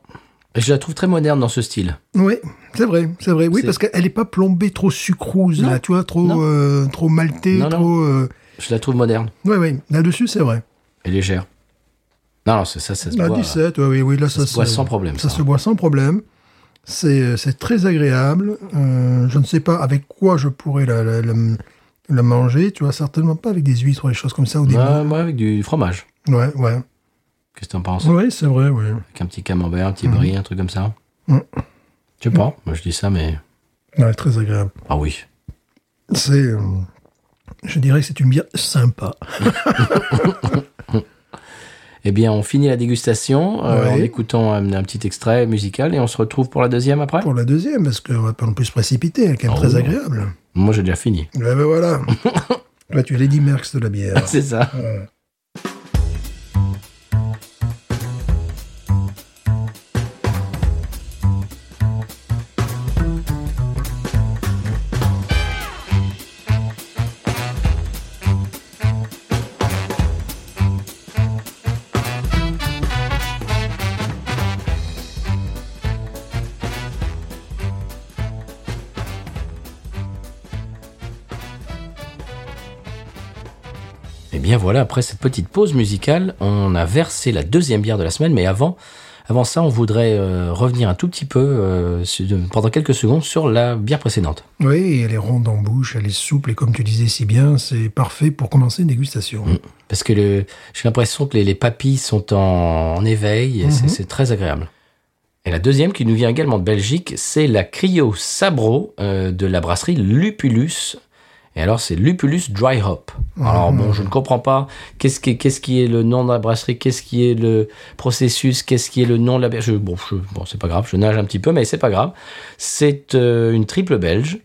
Speaker 1: Et Je la trouve très moderne dans ce style.
Speaker 3: Oui, c'est vrai, c'est vrai. Oui,
Speaker 1: C'est-
Speaker 3: parce qu'elle est pas plombée trop sucrose,
Speaker 1: Non.
Speaker 3: là, tu vois,
Speaker 1: Non.
Speaker 3: trop, euh, trop maltée,
Speaker 1: Non, non.
Speaker 3: trop. euh,
Speaker 1: Je la trouve moderne
Speaker 3: Ouais, ouais, là-dessus, c'est vrai.
Speaker 1: et légère. Non, non, c'est- ça, ça se
Speaker 3: La
Speaker 1: voit. euh,
Speaker 3: 17, oui, oui, oui, là, Bah, ça,
Speaker 1: se boit sans problème,
Speaker 3: Ça,
Speaker 1: ça.
Speaker 3: se boit sans problème. C'est euh, c'est très agréable. Euh, je ne sais pas avec quoi je pourrais la, la, la, la manger. Tu vois, certainement pas avec des huîtres ou des choses comme ça. Ou des...
Speaker 1: Ouais, bah, moi, avec du fromage.
Speaker 3: Ouais, ouais.
Speaker 1: Qu'est-ce que t'en penses
Speaker 3: Oui, c'est vrai, oui.
Speaker 1: Avec un petit camembert, un petit brie, un truc comme ça
Speaker 3: Mhm.
Speaker 1: Je sais pas. Moi, je dis ça, mais.
Speaker 3: Ouais, très agréable.
Speaker 1: Ah oui.
Speaker 3: C'est. euh, je dirais que c'est une bière sympa.
Speaker 1: Eh bien, on finit la dégustation euh,
Speaker 3: Ouais.
Speaker 1: en écoutant un, un petit extrait musical et on se retrouve pour la deuxième après
Speaker 3: Pour la deuxième, parce qu'on va pas non plus se précipiter. Elle est quand même
Speaker 1: Oh.
Speaker 3: très agréable.
Speaker 1: Moi, j'ai déjà fini.
Speaker 3: Ouais, ben voilà. Là, tu l'as dit, Merckx de la bière.
Speaker 1: C'est ça. Eh bien, voilà, après cette petite pause musicale, on a versé la deuxième bière de la semaine, mais avant. Avant ça, on voudrait euh, revenir un tout petit peu, euh, sur- pendant quelques secondes, sur la bière précédente.
Speaker 3: Oui, elle est ronde en bouche, elle est souple et comme tu disais si bien, c'est parfait pour commencer une dégustation.
Speaker 1: Parce que le- j'ai l'impression que les, les papilles sont en, en éveil et c'est- c'est très agréable. Et la deuxième qui nous vient également de Belgique, c'est la Cryo Sabro euh, de la brasserie Lupulus. Et alors c'est Lupulus Dry Hop. Alors
Speaker 3: Mhm.
Speaker 1: bon, je ne comprends pas qu'est-ce qui, est- qu'est-ce qui est le nom de la brasserie, qu'est-ce qui est le processus, qu'est-ce qui est le nom de la bière. Je- Bon, je- bon c'est pas grave, je nage un petit peu, mais c'est pas grave. C'est euh, une triple belge.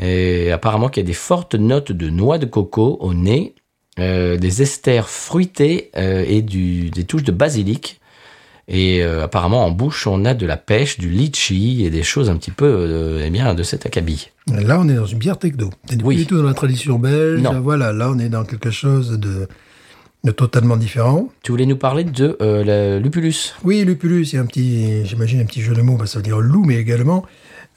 Speaker 1: Et apparemment qu'il y a des fortes notes de noix de coco au nez, euh, des esters fruités euh, et du, des touches de basilic. Et euh, apparemment en bouche, on a de la pêche, du litchi et des choses un petit peu euh, eh bien, de cet acabit.
Speaker 3: Là, on est dans une bière techno. On n'est
Speaker 1: Oui.
Speaker 3: plus du tout dans la tradition belge.
Speaker 1: Non.
Speaker 3: Voilà, là, on est dans quelque chose de, de totalement différent.
Speaker 1: Tu voulais nous parler de euh, la lupulus
Speaker 3: Oui, Lupulus, c'est un petit, j'imagine, un petit jeu de mots, bah, ça veut dire loup, mais également,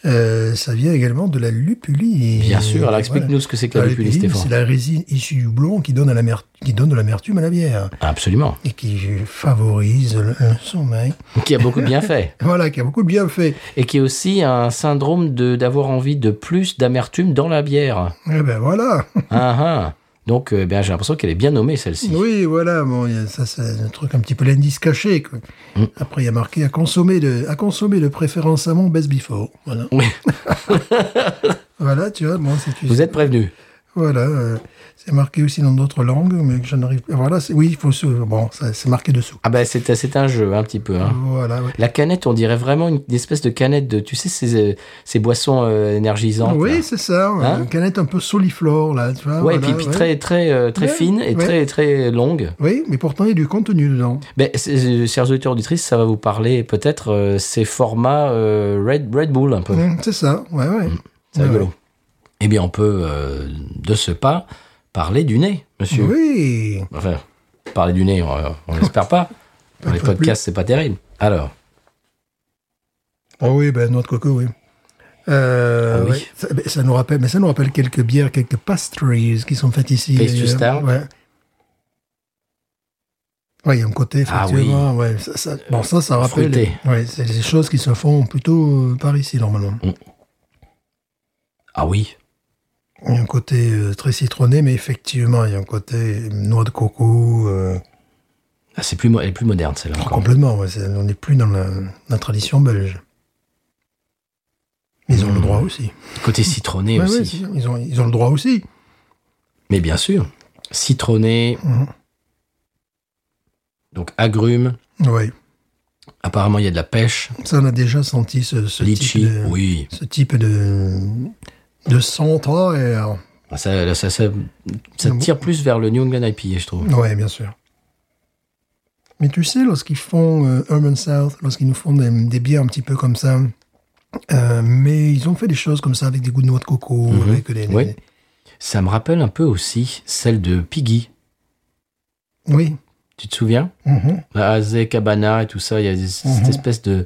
Speaker 3: euh, ça vient également de la lupulie.
Speaker 1: Bien sûr,
Speaker 3: Voilà.
Speaker 1: alors explique-nous ce que c'est que la
Speaker 3: La
Speaker 1: lupulus,
Speaker 3: lupuline, c'est
Speaker 1: Stéphane.
Speaker 3: la résine issue du blond qui donne, à l'amer- qui donne de l'amertume à la bière
Speaker 1: Absolument.
Speaker 3: et qui favorise le, le sommeil.
Speaker 1: Qui a beaucoup de bienfaits.
Speaker 3: Voilà, qui a beaucoup de bienfaits.
Speaker 1: Et qui est aussi un syndrome de d'avoir envie de plus d'amertume dans la bière.
Speaker 3: Eh ben voilà
Speaker 1: Ah, ah. Donc, euh, ben, j'ai l'impression qu'elle est bien nommée celle-ci.
Speaker 3: Oui, voilà, bon, il y a- ça c'est un truc un petit peu l'indice caché. quoi.
Speaker 1: Mm.
Speaker 3: Après, il y a marqué à consommer de, à consommer de préférence avant best before. Voilà.
Speaker 1: Oui.
Speaker 3: voilà, tu vois, bon, si tu
Speaker 1: Vous êtes prévenus.
Speaker 3: Voilà, euh, c'est marqué aussi dans d'autres langues, mais que je n'arrive pas. Voilà, c'est- oui, il faut se. Bon, ça, c'est marqué dessous.
Speaker 1: Ah ben c'est c'est un jeu un petit peu. Hein.
Speaker 3: Voilà, ouais.
Speaker 1: La canette, on dirait vraiment une, une espèce de canette de, tu sais, ces, euh, ces boissons euh, énergisantes. là.
Speaker 3: Oui, c'est ça,
Speaker 1: Hein
Speaker 3: une canette un peu soliflore, là, tu vois.
Speaker 1: Ouais,
Speaker 3: voilà,
Speaker 1: et puis, puis
Speaker 3: ouais.
Speaker 1: très très euh, très
Speaker 3: Ouais,
Speaker 1: fine et
Speaker 3: ouais.
Speaker 1: très très longue.
Speaker 3: Oui, mais pourtant, il y a du contenu dedans.
Speaker 1: Ben, c'est- euh, chers auditeurs auditrices, ça va vous parler peut-être euh, ces formats euh, Red Red Bull un peu.
Speaker 3: Mm, C'est ça, ouais, ouais.
Speaker 1: C'est
Speaker 3: Ouais,
Speaker 1: rigolo.
Speaker 3: ouais.
Speaker 1: Eh bien, on peut euh, de ce pas parler du nez, monsieur.
Speaker 3: Oui,
Speaker 1: Enfin, parler du nez, on, on l'espère pas. Dans les
Speaker 3: peut plus.
Speaker 1: podcasts, c'est pas terrible. Alors,
Speaker 3: Ah oui, ben, noix de coco, oui. Euh,
Speaker 1: Ah oui.
Speaker 3: ouais. Ça, ben, ça nous rappelle, mais ça nous rappelle quelques bières, quelques pastries qui sont faites ici.
Speaker 1: Pastry
Speaker 3: d'ailleurs.
Speaker 1: stout.
Speaker 3: Ouais. Ouais, il y a un côté,
Speaker 1: Ah
Speaker 3: effectivement. ouais, ça, ça- bon, ça, ça rappelle.
Speaker 1: Fruité.
Speaker 3: Ouais, c'est des choses qui se font plutôt euh, par ici, normalement.
Speaker 1: ah oui,
Speaker 3: Il y a un côté euh, très citronné, mais effectivement, il y a un côté euh, noix de coco. euh,
Speaker 1: Ah, c'est plus, mo- elle est plus moderne celle-là. encore.
Speaker 3: Complètement, ouais, c'est- on n'est plus dans la, la tradition belge. Ils ont le droit aussi.
Speaker 1: Côté citronné
Speaker 3: Ouais,
Speaker 1: Hmm. aussi.
Speaker 3: ouais, c'est- ils, ont, ils ont le droit aussi.
Speaker 1: Mais bien sûr, citronné,
Speaker 3: Mhm.
Speaker 1: donc agrumes.
Speaker 3: Ouais.
Speaker 1: Apparemment, il y a de la pêche,
Speaker 3: Ça, on a déjà senti ce, ce
Speaker 1: litchi.
Speaker 3: type de,
Speaker 1: Oui,
Speaker 3: ce type de, de centre. Et, alors,
Speaker 1: Ah, ça, là, ça, ça- ça
Speaker 3: Ah bon
Speaker 1: tire plus vers le New England IPA, je trouve.
Speaker 3: ouais, bien sûr. Mais tu sais, lorsqu'ils font euh, Urban South, lorsqu'ils nous font des, des bières un petit peu comme ça, euh, mais ils ont fait des choses comme ça avec des goûts de noix de coco,
Speaker 1: Mhm.
Speaker 3: avec des, des-
Speaker 1: Oui. Ça me rappelle un peu aussi celle de Piggy.
Speaker 3: oui.
Speaker 1: Tu te souviens
Speaker 3: Mhm.
Speaker 1: La Azé, Bah, Cabana et tout ça, il y a des- cette
Speaker 3: Mhm.
Speaker 1: espèce de,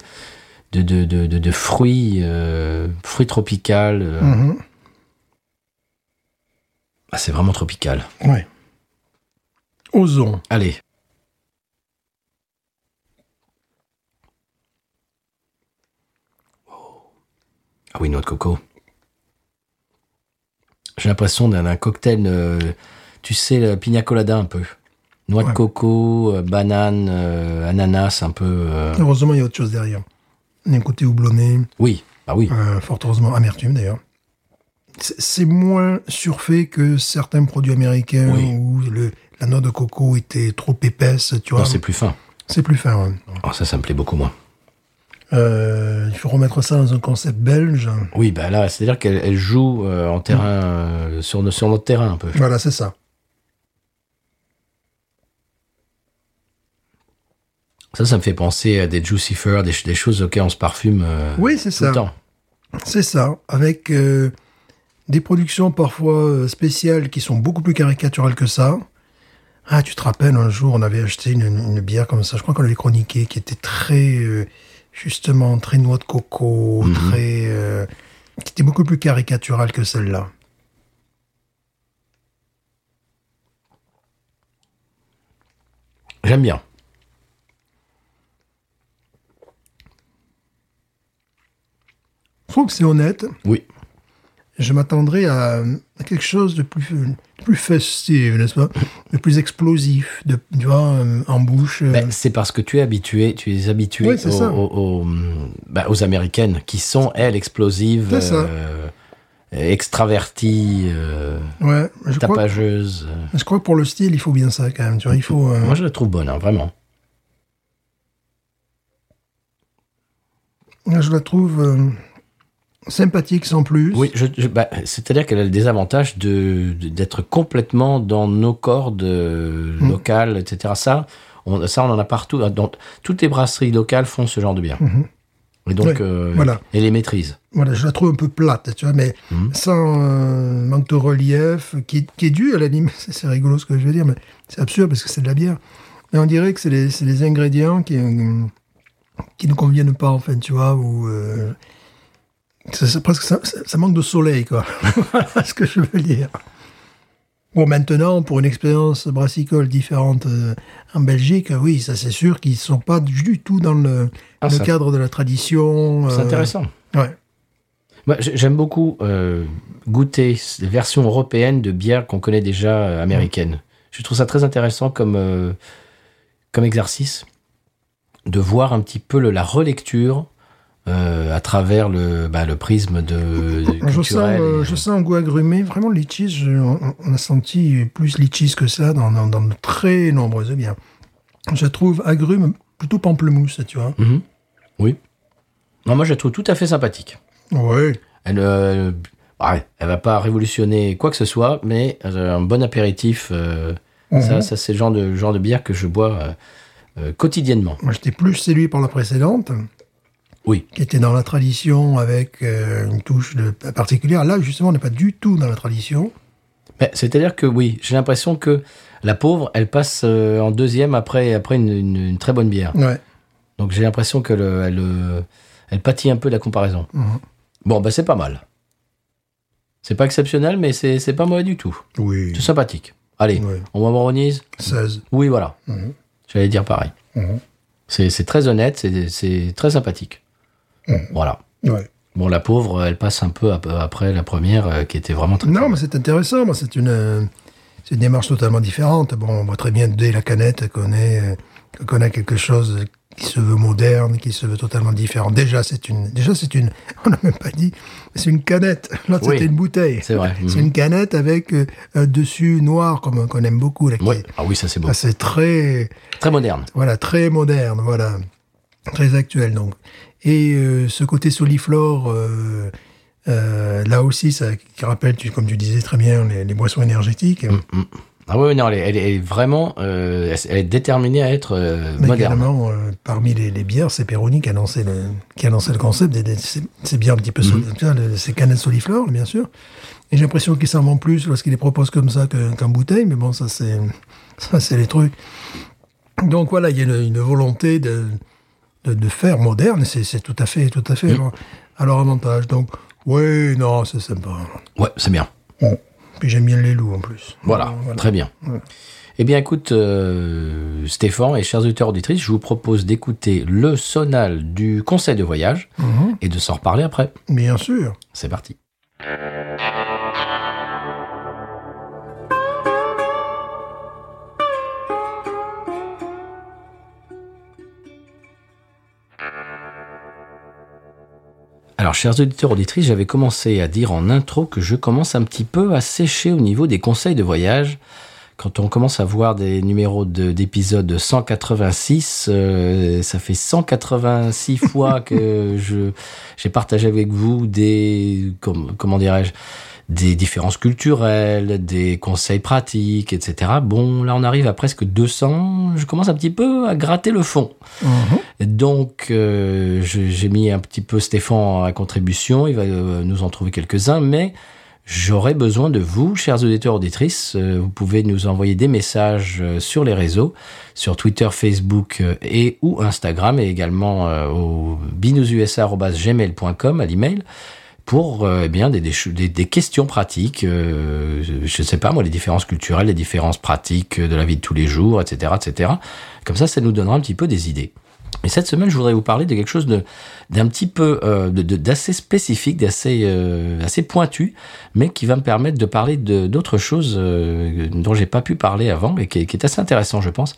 Speaker 1: de, de, de, de- de fruits, euh, fruits tropical. euh.
Speaker 3: Mhm.
Speaker 1: Ah, c'est vraiment tropical.
Speaker 3: Ouais. Osons.
Speaker 1: Allez. Ah oui, noix de coco. J'ai l'impression d'un d'un cocktail, euh, tu sais, le pina colada un peu. Noix de
Speaker 3: Ouais.
Speaker 1: coco, euh, banane, euh, ananas un peu. euh,
Speaker 3: Heureusement, il y a autre chose derrière. Il y a un côté houblonné,
Speaker 1: Oui, ah oui.
Speaker 3: euh, fort heureusement amertume d'ailleurs. C'est c'est moins surfait que certains produits américains
Speaker 1: Oui.
Speaker 3: où le, la noix de coco était trop épaisse, tu
Speaker 1: Non,
Speaker 3: vois.
Speaker 1: c'est plus fin.
Speaker 3: C'est plus fin. ouais.
Speaker 1: Oh, ça, ça me plaît beaucoup moins.
Speaker 3: Euh, il faut remettre ça dans un concept belge.
Speaker 1: Oui, bah là, c'est-à-dire qu'elle elle joue euh, en terrain, euh, sur, no- sur notre terrain un peu.
Speaker 3: Voilà, c'est ça.
Speaker 1: Ça, ça me fait penser à des Juicifers, des, ch- des choses auxquelles on se parfume euh,
Speaker 3: Oui, c'est
Speaker 1: tout le
Speaker 3: ça.
Speaker 1: temps.
Speaker 3: C'est ça, avec euh, des productions parfois euh, spéciales qui sont beaucoup plus caricaturales que ça. Ah, tu te rappelles, un jour, on avait acheté une, une- une bière comme ça, je crois qu'on l'avait chroniquée, qui était très, euh, justement, très noix de coco,
Speaker 1: Mhm.
Speaker 3: très... euh, qui était beaucoup plus caricaturale que celle-là.
Speaker 1: J'aime bien.
Speaker 3: Je trouve que c'est honnête.
Speaker 1: Oui.
Speaker 3: Je m'attendrais à, à quelque chose de plus, de plus festif, n'est-ce pas De plus explosif, de, tu vois, euh, en bouche. euh,
Speaker 1: Ben, c'est parce que tu es habitué, tu es habitué
Speaker 3: Oui, c'est
Speaker 1: aux,
Speaker 3: ça.
Speaker 1: aux- aux, hum, ben, aux américaines qui sont elles explosives,
Speaker 3: C'est ça.
Speaker 1: euh, extraverties, euh,
Speaker 3: ouais, je crois
Speaker 1: tapageuses. Euh,
Speaker 3: Je crois que pour le style, il faut bien ça quand même. Tu vois, il faut. euh,
Speaker 1: Moi, je la trouve bonne, hein, vraiment.
Speaker 3: Je la trouve euh, sympathique sans plus.
Speaker 1: Oui, je, je- ben, c'est-à-dire qu'elle a le désavantage de de- d'être complètement dans nos cordes euh,
Speaker 3: Mm.
Speaker 1: locales, etc. Ça, on, ça, on en a partout. hein, dans- toutes les brasseries locales font ce genre de bien.
Speaker 3: Mhm.
Speaker 1: Et donc,
Speaker 3: Ouais,
Speaker 1: euh,
Speaker 3: voilà.
Speaker 1: et les maîtrisent.
Speaker 3: Voilà, je la trouve un peu plate, tu vois, mais
Speaker 1: Mhm.
Speaker 3: sans euh, manque de relief, qui, est- qui est dû à l'anime. C'est c'est rigolo ce que je vais dire, mais c'est absurde parce que c'est de la bière. Mais on dirait que c'est les, c'est les ingrédients qui, euh, qui ne conviennent pas, en fait, tu vois, ou. euh, c'est- c'est presque ça, ça- ça manque de soleil, quoi. voilà ce que je veux dire. Bon, maintenant, pour une expérience brassicole différente euh, en Belgique, euh, oui, ça c'est sûr qu'ils ne sont pas du tout dans le,
Speaker 1: Ah,
Speaker 3: le
Speaker 1: ça-
Speaker 3: cadre de la tradition.
Speaker 1: C'est
Speaker 3: euh,
Speaker 1: intéressant.
Speaker 3: Ouais.
Speaker 1: Moi, j- j'aime beaucoup euh, goûter s- les versions européennes de bières qu'on connaît déjà euh, américaines. Je trouve ça très intéressant comme, euh, comme exercice de voir un petit peu le- la relecture euh, à travers le, bah, le prisme de, de
Speaker 3: Je sens,
Speaker 1: culturel.
Speaker 3: euh,
Speaker 1: et-
Speaker 3: je sens un goût agrumé, vraiment litchis. je- on, on a senti plus litchis que ça dans, dans, dans de très nombreuses bières. Je trouve agrume plutôt pamplemousse, tu vois.
Speaker 1: Mhm. Oui. Non, moi, je la trouve tout à fait sympathique.
Speaker 3: Oui.
Speaker 1: Elle, euh, ouais, elle va pas révolutionner quoi que ce soit, mais euh, un bon apéritif. euh,
Speaker 3: Mhm.
Speaker 1: Ça, ça, c'est le genre de, le genre de bière que je bois euh, euh, quotidiennement.
Speaker 3: Moi, j'étais plus séduit par la précédente.
Speaker 1: Oui.
Speaker 3: Qui était dans la tradition avec euh, une touche de, particulière. Là, justement, on n'est pas du tout dans la tradition.
Speaker 1: Mais C'est-à-dire que oui, j'ai l'impression que la pauvre, elle passe euh, en deuxième après, après une, une- une très bonne bière.
Speaker 3: Ouais.
Speaker 1: Donc j'ai l'impression qu'elle elle, euh, elle pâtit un peu de la comparaison.
Speaker 3: Mhm.
Speaker 1: Bon, bah c'est pas mal. C'est pas exceptionnel, mais c'est c'est pas mauvais du tout.
Speaker 3: Oui.
Speaker 1: C'est sympathique. Allez,
Speaker 3: Oui.
Speaker 1: on m'amronise
Speaker 3: 16.
Speaker 1: Oui, voilà.
Speaker 3: Mhm.
Speaker 1: J'allais dire pareil.
Speaker 3: Mhm.
Speaker 1: C'est c'est très honnête, c'est- c'est très sympathique.
Speaker 3: Mhm.
Speaker 1: Voilà.
Speaker 3: Ouais.
Speaker 1: Bon, la pauvre, elle passe un peu ap- après la première euh, qui était vraiment très.
Speaker 3: Non, mais c'est intéressant. Moi, c'est une, euh, c'est une démarche totalement différente. Bon, on voit très bien dès la canette qu'on est, euh, qu'on a quelque chose qui se veut moderne, qui se veut totalement différent. Déjà, c'est une, déjà, c'est une, on n'a même pas dit, c'est une canette. Là,
Speaker 1: Oui.
Speaker 3: c'était une bouteille.
Speaker 1: C'est vrai.
Speaker 3: C'est
Speaker 1: Mhm.
Speaker 3: une canette avec euh, un dessus noir, comme qu'on aime beaucoup. Là, qui
Speaker 1: Ouais.
Speaker 3: est-
Speaker 1: Ah oui, ça c'est beau.
Speaker 3: Ah, c'est très,
Speaker 1: Très moderne.
Speaker 3: voilà, très moderne, voilà, très actuel donc. Et euh, ce côté soliflore, euh, euh, là aussi, ça qui rappelle, tu- comme tu disais très bien, les, les boissons énergétiques,
Speaker 1: Ah oui, non, elle, est- elle est vraiment, euh, elle- elle est déterminée à être euh,
Speaker 3: mais
Speaker 1: moderne.
Speaker 3: également euh, parmi les, les bières, c'est Peroni qui a lancé le, qui a lancé le concept des, des- ces, ces bières un petit peu,
Speaker 1: Mhm.
Speaker 3: sol- tu vois, le- ces canettes soliflore, bien sûr. Et j'ai l'impression qu'ils s'en vendent plus lorsqu'ils les proposent comme ça que- qu'en bouteille, mais bon, ça c'est, ça c'est les trucs. Donc voilà, il y a une, une volonté de, de, de faire moderne, c'est c'est tout à fait, tout à
Speaker 1: Mhm.
Speaker 3: fait alors à leur avantage. Donc, oui, non, c'est sympa.
Speaker 1: Ouais, c'est bien.
Speaker 3: Bon. Puis j'aime bien les loups en plus.
Speaker 1: Voilà, très bien. Eh bien, écoute, euh, Stéphane et chers auteurs auditrices, je vous propose d'écouter le sonal du conseil de voyage et de s'en reparler après.
Speaker 3: Mhm. Bien sûr.
Speaker 1: C'est parti. Alors, chers auditeurs, auditrices, j'avais commencé à dire en intro que je commence un petit peu à sécher au niveau des conseils de voyage. Quand on commence à voir des numéros de- d'épisode 186, euh, ça fait 186 fois que je j'ai partagé avec vous des com- comment dirais-je des différences culturelles, des conseils pratiques, etc. Bon, là on arrive à presque 200. Je commence un petit peu à gratter le fond.
Speaker 3: Mhm.
Speaker 1: Donc, euh, je- j'ai mis un petit peu Stéphane à contribution. Il va euh, nous en trouver quelques-uns, mais j'aurai besoin de vous, chers auditeurs auditrices. Euh, vous pouvez nous envoyer des messages euh, sur les réseaux, sur Twitter, Facebook euh, et ou Instagram, et également euh, au binoususa@gmail.com à l'email pour euh, eh bien des, des, cho- des- des questions pratiques, euh, je sais pas moi, les différences culturelles, les différences pratiques euh, de la vie de tous les jours, etc., etc. Comme ça, ça nous donnera un petit peu des idées. Et cette semaine, je voudrais vous parler de quelque chose de- d'un petit peu euh, de- de- d'assez spécifique, d'assez euh, assez pointu, mais qui va me permettre de parler de- d'autres choses euh, dont j'ai pas pu parler avant, mais qui est, qui est assez intéressant, je pense,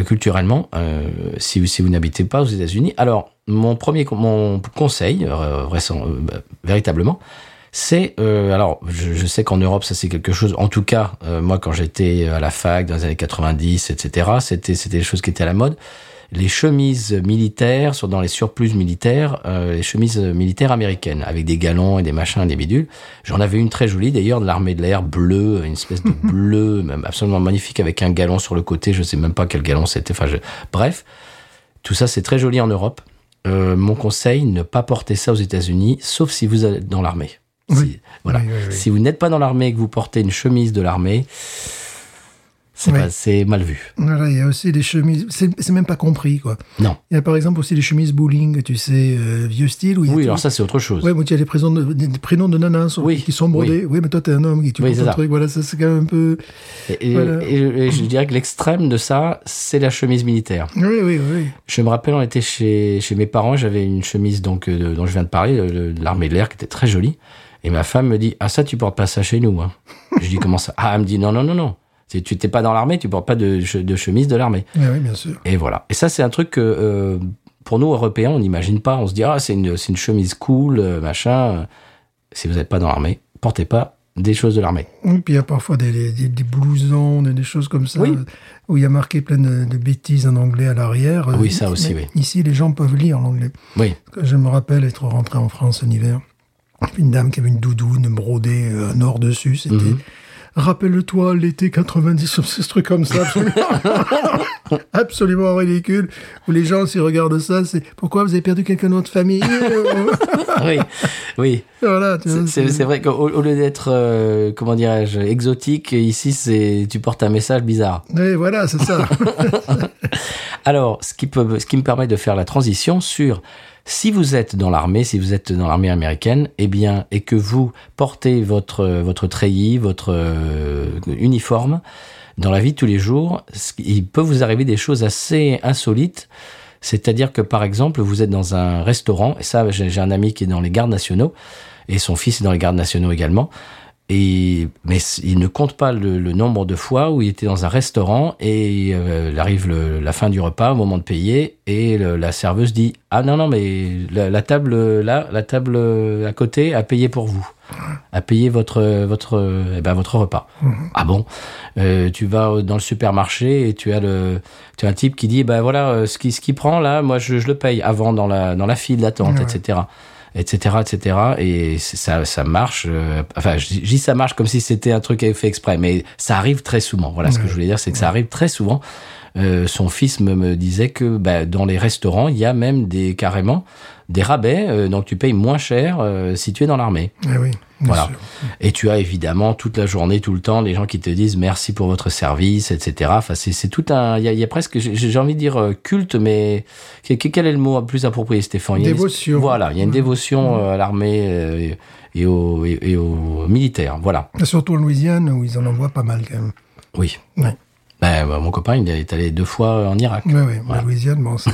Speaker 1: euh, culturellement, euh, si, si vous n'habitez pas aux États-Unis. Alors, mon premier con- mon conseil, euh, récent- euh, bah, véritablement, c'est euh, alors je, je sais qu'en Europe ça c'est quelque chose en tout cas euh, moi quand j'étais à la fac dans les années 90 etc c'était c'était des choses qui étaient à la mode les chemises militaires sont dans les surplus militaires euh, les chemises militaires américaines avec des galons et des machins et des bidules j'en avais une très jolie d'ailleurs de l'armée de l'air bleue une espèce de bleu même absolument magnifique avec un galon sur le côté je sais même pas quel galon c'était enfin je... bref tout ça, c'est très joli en Europe. Euh, mon conseil, ne pas porter ça aux États-Unis, sauf si vous êtes dans l'armée.
Speaker 3: Oui.
Speaker 1: Si, voilà.
Speaker 3: Oui, oui, oui.
Speaker 1: Si vous n'êtes pas dans l'armée et que vous portez une chemise de l'armée, c'est
Speaker 3: Oui.
Speaker 1: pas- c'est mal vu.
Speaker 3: Voilà, il y a aussi des chemises. C'est c'est même pas compris, quoi.
Speaker 1: Non.
Speaker 3: Il y a par exemple aussi des chemises bowling, tu sais, euh, vieux style. Où il y a
Speaker 1: Oui,
Speaker 3: tout-
Speaker 1: alors ça, c'est autre chose.
Speaker 3: Ouais, mais tu as des prénoms de, des prénoms de nanas sur-
Speaker 1: Oui,
Speaker 3: qui sont brodés. Oui. mais toi, t'es un homme qui tu
Speaker 1: Oui,
Speaker 3: portes
Speaker 1: c'est
Speaker 3: un
Speaker 1: ça.
Speaker 3: truc. Voilà, ça, c'est quand même un peu.
Speaker 1: Et, et-
Speaker 3: Voilà.
Speaker 1: et- et je dirais que l'extrême de ça, c'est la chemise militaire.
Speaker 3: Oui, oui, oui.
Speaker 1: Je me rappelle, on était chez, chez mes parents, j'avais une chemise donc euh, de- dont je viens de parler, euh, de, de l'armée de l'air, qui était très jolie. Et ma femme me dit Ah, ça, tu portes pas ça chez nous. hein. je dis Comment ça Ah, elle me dit Non, non, non, non. Si tu t'es pas dans l'armée, tu portes pas de, che- de chemise de l'armée.
Speaker 3: Oui, Ah oui, bien sûr.
Speaker 1: Et voilà. Et ça, c'est un truc que, euh, pour nous, Européens, on n'imagine pas. On se dit Ah, c'est une, c'est une chemise cool, euh, machin. Si vous n'êtes pas dans l'armée, portez pas des choses de l'armée.
Speaker 3: Et puis il y a parfois des, des- des- des blousons, des, des choses comme ça,
Speaker 1: Oui.
Speaker 3: euh, où il y a marqué plein de, de bêtises en anglais à l'arrière.
Speaker 1: Ah oui,
Speaker 3: Euh,
Speaker 1: ça aussi,
Speaker 3: mais
Speaker 1: oui.
Speaker 3: Ici, les gens peuvent lire l'anglais.
Speaker 1: Oui.
Speaker 3: Parce que Je me rappelle être rentré en France un hiver. Une dame qui avait une doudoune brodée euh, en or dessus, c'était
Speaker 1: Mhm.
Speaker 3: Rappelle-toi l'été 90, ce truc comme ça, absolument, absolument ridicule, où les gens, s'ils regardent ça, c'est pourquoi vous avez perdu quelqu'un de votre famille
Speaker 1: oui, oui.
Speaker 3: Voilà, tu vois,
Speaker 1: C'est- C'est c'est vrai qu'au au lieu d'être, euh, comment dirais-je, exotique, ici, c'est tu portes un message bizarre.
Speaker 3: Et Eh, voilà, c'est ça.
Speaker 1: Alors, ce qui, peut, ce qui me permet de faire la transition sur si vous êtes dans l'armée, si vous êtes dans l'armée américaine, eh bien, et que vous portez votre, votre treillis, votre euh, uniforme dans la vie de tous les jours, ce qui- il peut vous arriver des choses assez insolites. C'est-à-dire que, par exemple, vous êtes dans un restaurant, et ça, j'ai j'ai un ami qui est dans les gardes nationaux, et son fils est dans les gardes nationaux également. Et, mais c- il ne compte pas le, le nombre de fois où il était dans un restaurant et euh, il arrive le- la fin du repas, au moment de payer, et le- la serveuse dit Ah non, non, mais la, la table euh, là, la table euh, à côté a payé pour vous, a payé votre, euh, votre, euh, eh ben, votre repas. Ah bon Euh, Tu vas au- dans le supermarché et tu as, le, tu as un type qui dit Ben voilà, euh, ce qui, ce qui prend là, moi je, je le paye avant dans la, dans la file d'attente,
Speaker 3: Ouais.
Speaker 1: etc etc., etc. Et c'est- ça, ça marche. euh, enfin, je dis- je dis ça marche comme si c'était un truc fait exprès, mais ça arrive très souvent. Voilà, ce que je voulais dire, c'est que ça arrive très souvent. Euh, son fils me, me disait que bah, dans les restaurants, il y a même des carrément des rabais, euh, donc tu payes moins cher euh, si tu es dans l'armée.
Speaker 3: Eh oui, bien
Speaker 1: Voilà.
Speaker 3: sûr.
Speaker 1: Et tu as évidemment toute la journée, tout le temps, les gens qui te disent merci pour votre service, etc. Enfin, c'est c'est tout un. Il y a, il y a presque, j'ai j'ai envie de dire euh, culte, mais que- que- quel est le mot plus approprié, Stéphane Il y a une-
Speaker 3: Dévotion. Mmh.
Speaker 1: Voilà, il y a une dévotion euh, à l'armée euh, et, aux, et, et aux militaires. Voilà,
Speaker 3: Et Surtout en Louisiane, où ils en envoient pas mal quand même.
Speaker 1: oui.
Speaker 3: Ouais.
Speaker 1: Ben, ben, mon copain, il est allé deux fois en Irak.
Speaker 3: Ouais, ouais, La Eh Louisiane, bon, c'est.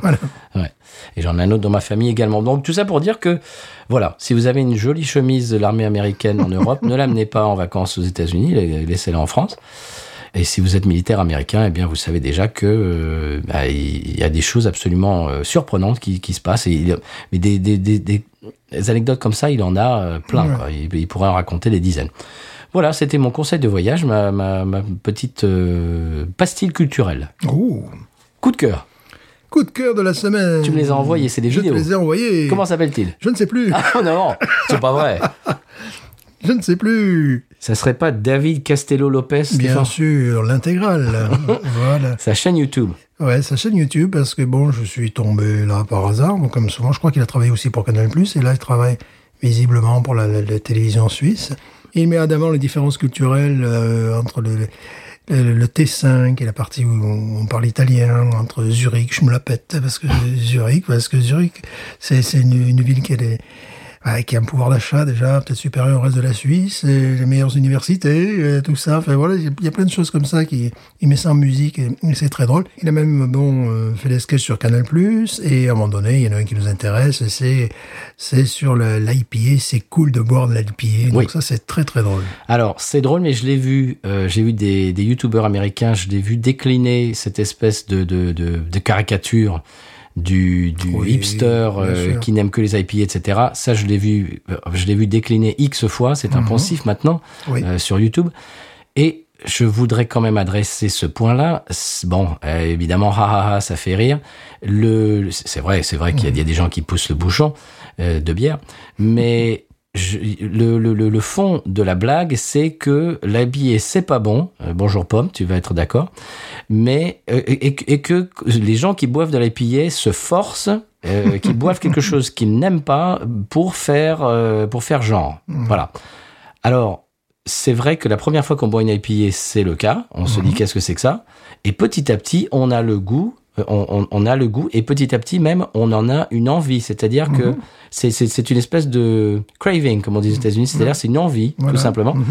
Speaker 3: voilà.
Speaker 1: Ouais. Et j'en ai un autre dans ma famille également. Donc tout ça pour dire que, voilà, si vous avez une jolie chemise de l'armée américaine en Europe, ne l'amenez pas en vacances aux États-Unis, la- laissez-la en France. Et si vous êtes militaire américain, eh bien vous savez déjà que euh, bah, il y a des choses absolument euh, surprenantes qui, qui se passent. Et il- mais des, des- des- des anecdotes comme ça, il en a euh, plein.
Speaker 3: Ouais.
Speaker 1: quoi. Il, il pourrait en raconter des dizaines. Voilà, c'était mon conseil de voyage, ma, ma- ma petite euh, pastille culturelle.
Speaker 3: Oh.
Speaker 1: Coup de cœur.
Speaker 3: Coup de cœur de la semaine.
Speaker 1: Tu me les as envoyés, c'est des
Speaker 3: Je
Speaker 1: vidéos.
Speaker 3: te les ai envoyés.
Speaker 1: Comment s'appelle-t-il
Speaker 3: Je ne sais plus.
Speaker 1: Ah non, c'est pas vrai.
Speaker 3: Je ne sais plus.
Speaker 1: Ça serait pas David Castello Lopez
Speaker 3: Bien
Speaker 1: Stéphane
Speaker 3: sûr, l'intégrale. voilà.
Speaker 1: Sa chaîne YouTube.
Speaker 3: Ouais, sa chaîne YouTube, parce que bon, je suis tombé là par hasard. Donc, comme souvent, je crois qu'il a travaillé aussi pour Canal+, et là, il travaille visiblement pour la, la- la télévision suisse. Et il met en avant les différences culturelles euh, entre le, le, le T5 et la partie où on parle italien, entre Zurich, je me la pète, parce que Zurich, parce que Zurich, c'est c'est une, une ville qui a des- ouais, qui a un pouvoir d'achat déjà peut-être supérieur au reste de la Suisse, et les meilleures universités, euh, tout ça. Enfin voilà, il y a- il y a plein de choses comme ça qui il met ça en musique et, et c'est très drôle. Il a même bon euh, fait des sketchs sur Canal et à un moment donné, il y en a un qui nous intéresse, et c'est c'est sur l'IPA, c'est cool de boire de l'IPA. Donc
Speaker 1: Oui.
Speaker 3: ça c'est très très drôle.
Speaker 1: Alors, c'est drôle, mais je l'ai vu. euh, J'ai vu des, des youtubeurs américains, je l'ai vu décliner cette espèce de, de, de, de caricature du, du
Speaker 3: Oui,
Speaker 1: hipster
Speaker 3: bien
Speaker 1: euh,
Speaker 3: sûr.
Speaker 1: qui n'aime que les IPA, etc. Ça, je l'ai vu, euh, je l'ai vu décliner X fois. C'est un poncif maintenant
Speaker 3: Mhm. Oui.
Speaker 1: euh, sur YouTube. Et je voudrais quand même adresser ce point-là. C'est- Bon, euh, évidemment, ha, ha, ha, ça fait rire. Le, c'est vrai, c'est vrai
Speaker 3: Mhm.
Speaker 1: qu'il y a, il y a des gens qui poussent le bouchon euh, de bière, mais je- le, le, le, le fond de la blague, c'est que l'habillé, c'est pas bon. Euh, bonjour Pomme, tu vas être d'accord. Mais euh, et, et- et que les gens qui boivent de l'IPA se forcent, euh, qui boivent quelque chose qu'ils n'aiment pas pour faire euh, pour faire genre. Voilà. Alors, c'est vrai que la première fois qu'on boit une IPA, c'est le cas. On se dit qu'est-ce que c'est que ça Et petit à petit, on a le goût. euh, On, on- on a le goût et petit à petit même on en a une envie, c'est-à-dire que c'est- c'est c'est une espèce de craving comme on dit aux États-Unis, c'est-à-dire c'est une envie
Speaker 3: Voilà.
Speaker 1: tout simplement
Speaker 3: Mhm.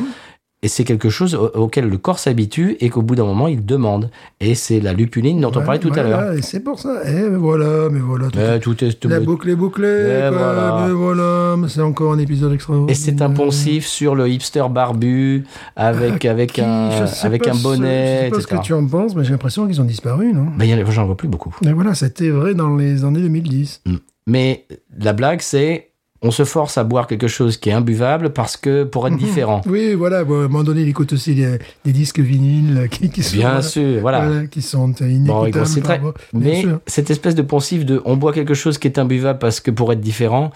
Speaker 1: et c'est quelque chose au- auquel le corps s'habitue et qu'au bout d'un moment il demande et c'est la lupuline dont on
Speaker 3: Ouais,
Speaker 1: parlait tout à
Speaker 3: voilà,
Speaker 1: l'heure.
Speaker 3: et C'est pour ça. Eh mais voilà, mais voilà. tout
Speaker 1: Euh,
Speaker 3: est-
Speaker 1: tout est- tout-
Speaker 3: la boucle est bouclée.
Speaker 1: Eh,
Speaker 3: quoi,
Speaker 1: voilà.
Speaker 3: Mais voilà, mais c'est encore un épisode extraordinaire.
Speaker 1: Et c'est un poncif sur le hipster barbu avec avec
Speaker 3: Ah, Qui-
Speaker 1: un
Speaker 3: je sais
Speaker 1: avec
Speaker 3: pas
Speaker 1: un
Speaker 3: ce-
Speaker 1: bonnet,
Speaker 3: Je sais pas
Speaker 1: etc.
Speaker 3: ce que tu en penses, mais j'ai l'impression qu'ils ont disparu, non
Speaker 1: Ben, il y en a- j'en vois plus beaucoup.
Speaker 3: Mais voilà, c'était vrai dans les années 2010.
Speaker 1: Mais la blague, c'est on se force à boire quelque chose qui est imbuvable parce que pour être différent.
Speaker 3: Oui, voilà, bon, à un moment donné, il écoute aussi des, des disques vinyles euh, qui, qui sont,
Speaker 1: Bien
Speaker 3: euh,
Speaker 1: sûr, voilà.
Speaker 3: voilà, qui sont euh,
Speaker 1: Bon,
Speaker 3: inécoutables.
Speaker 1: il grossit
Speaker 3: par
Speaker 1: très.
Speaker 3: rapport- bien
Speaker 1: Mais
Speaker 3: sûr.
Speaker 1: cette espèce de poncif de on boit quelque chose qui est imbuvable parce que pour être différent,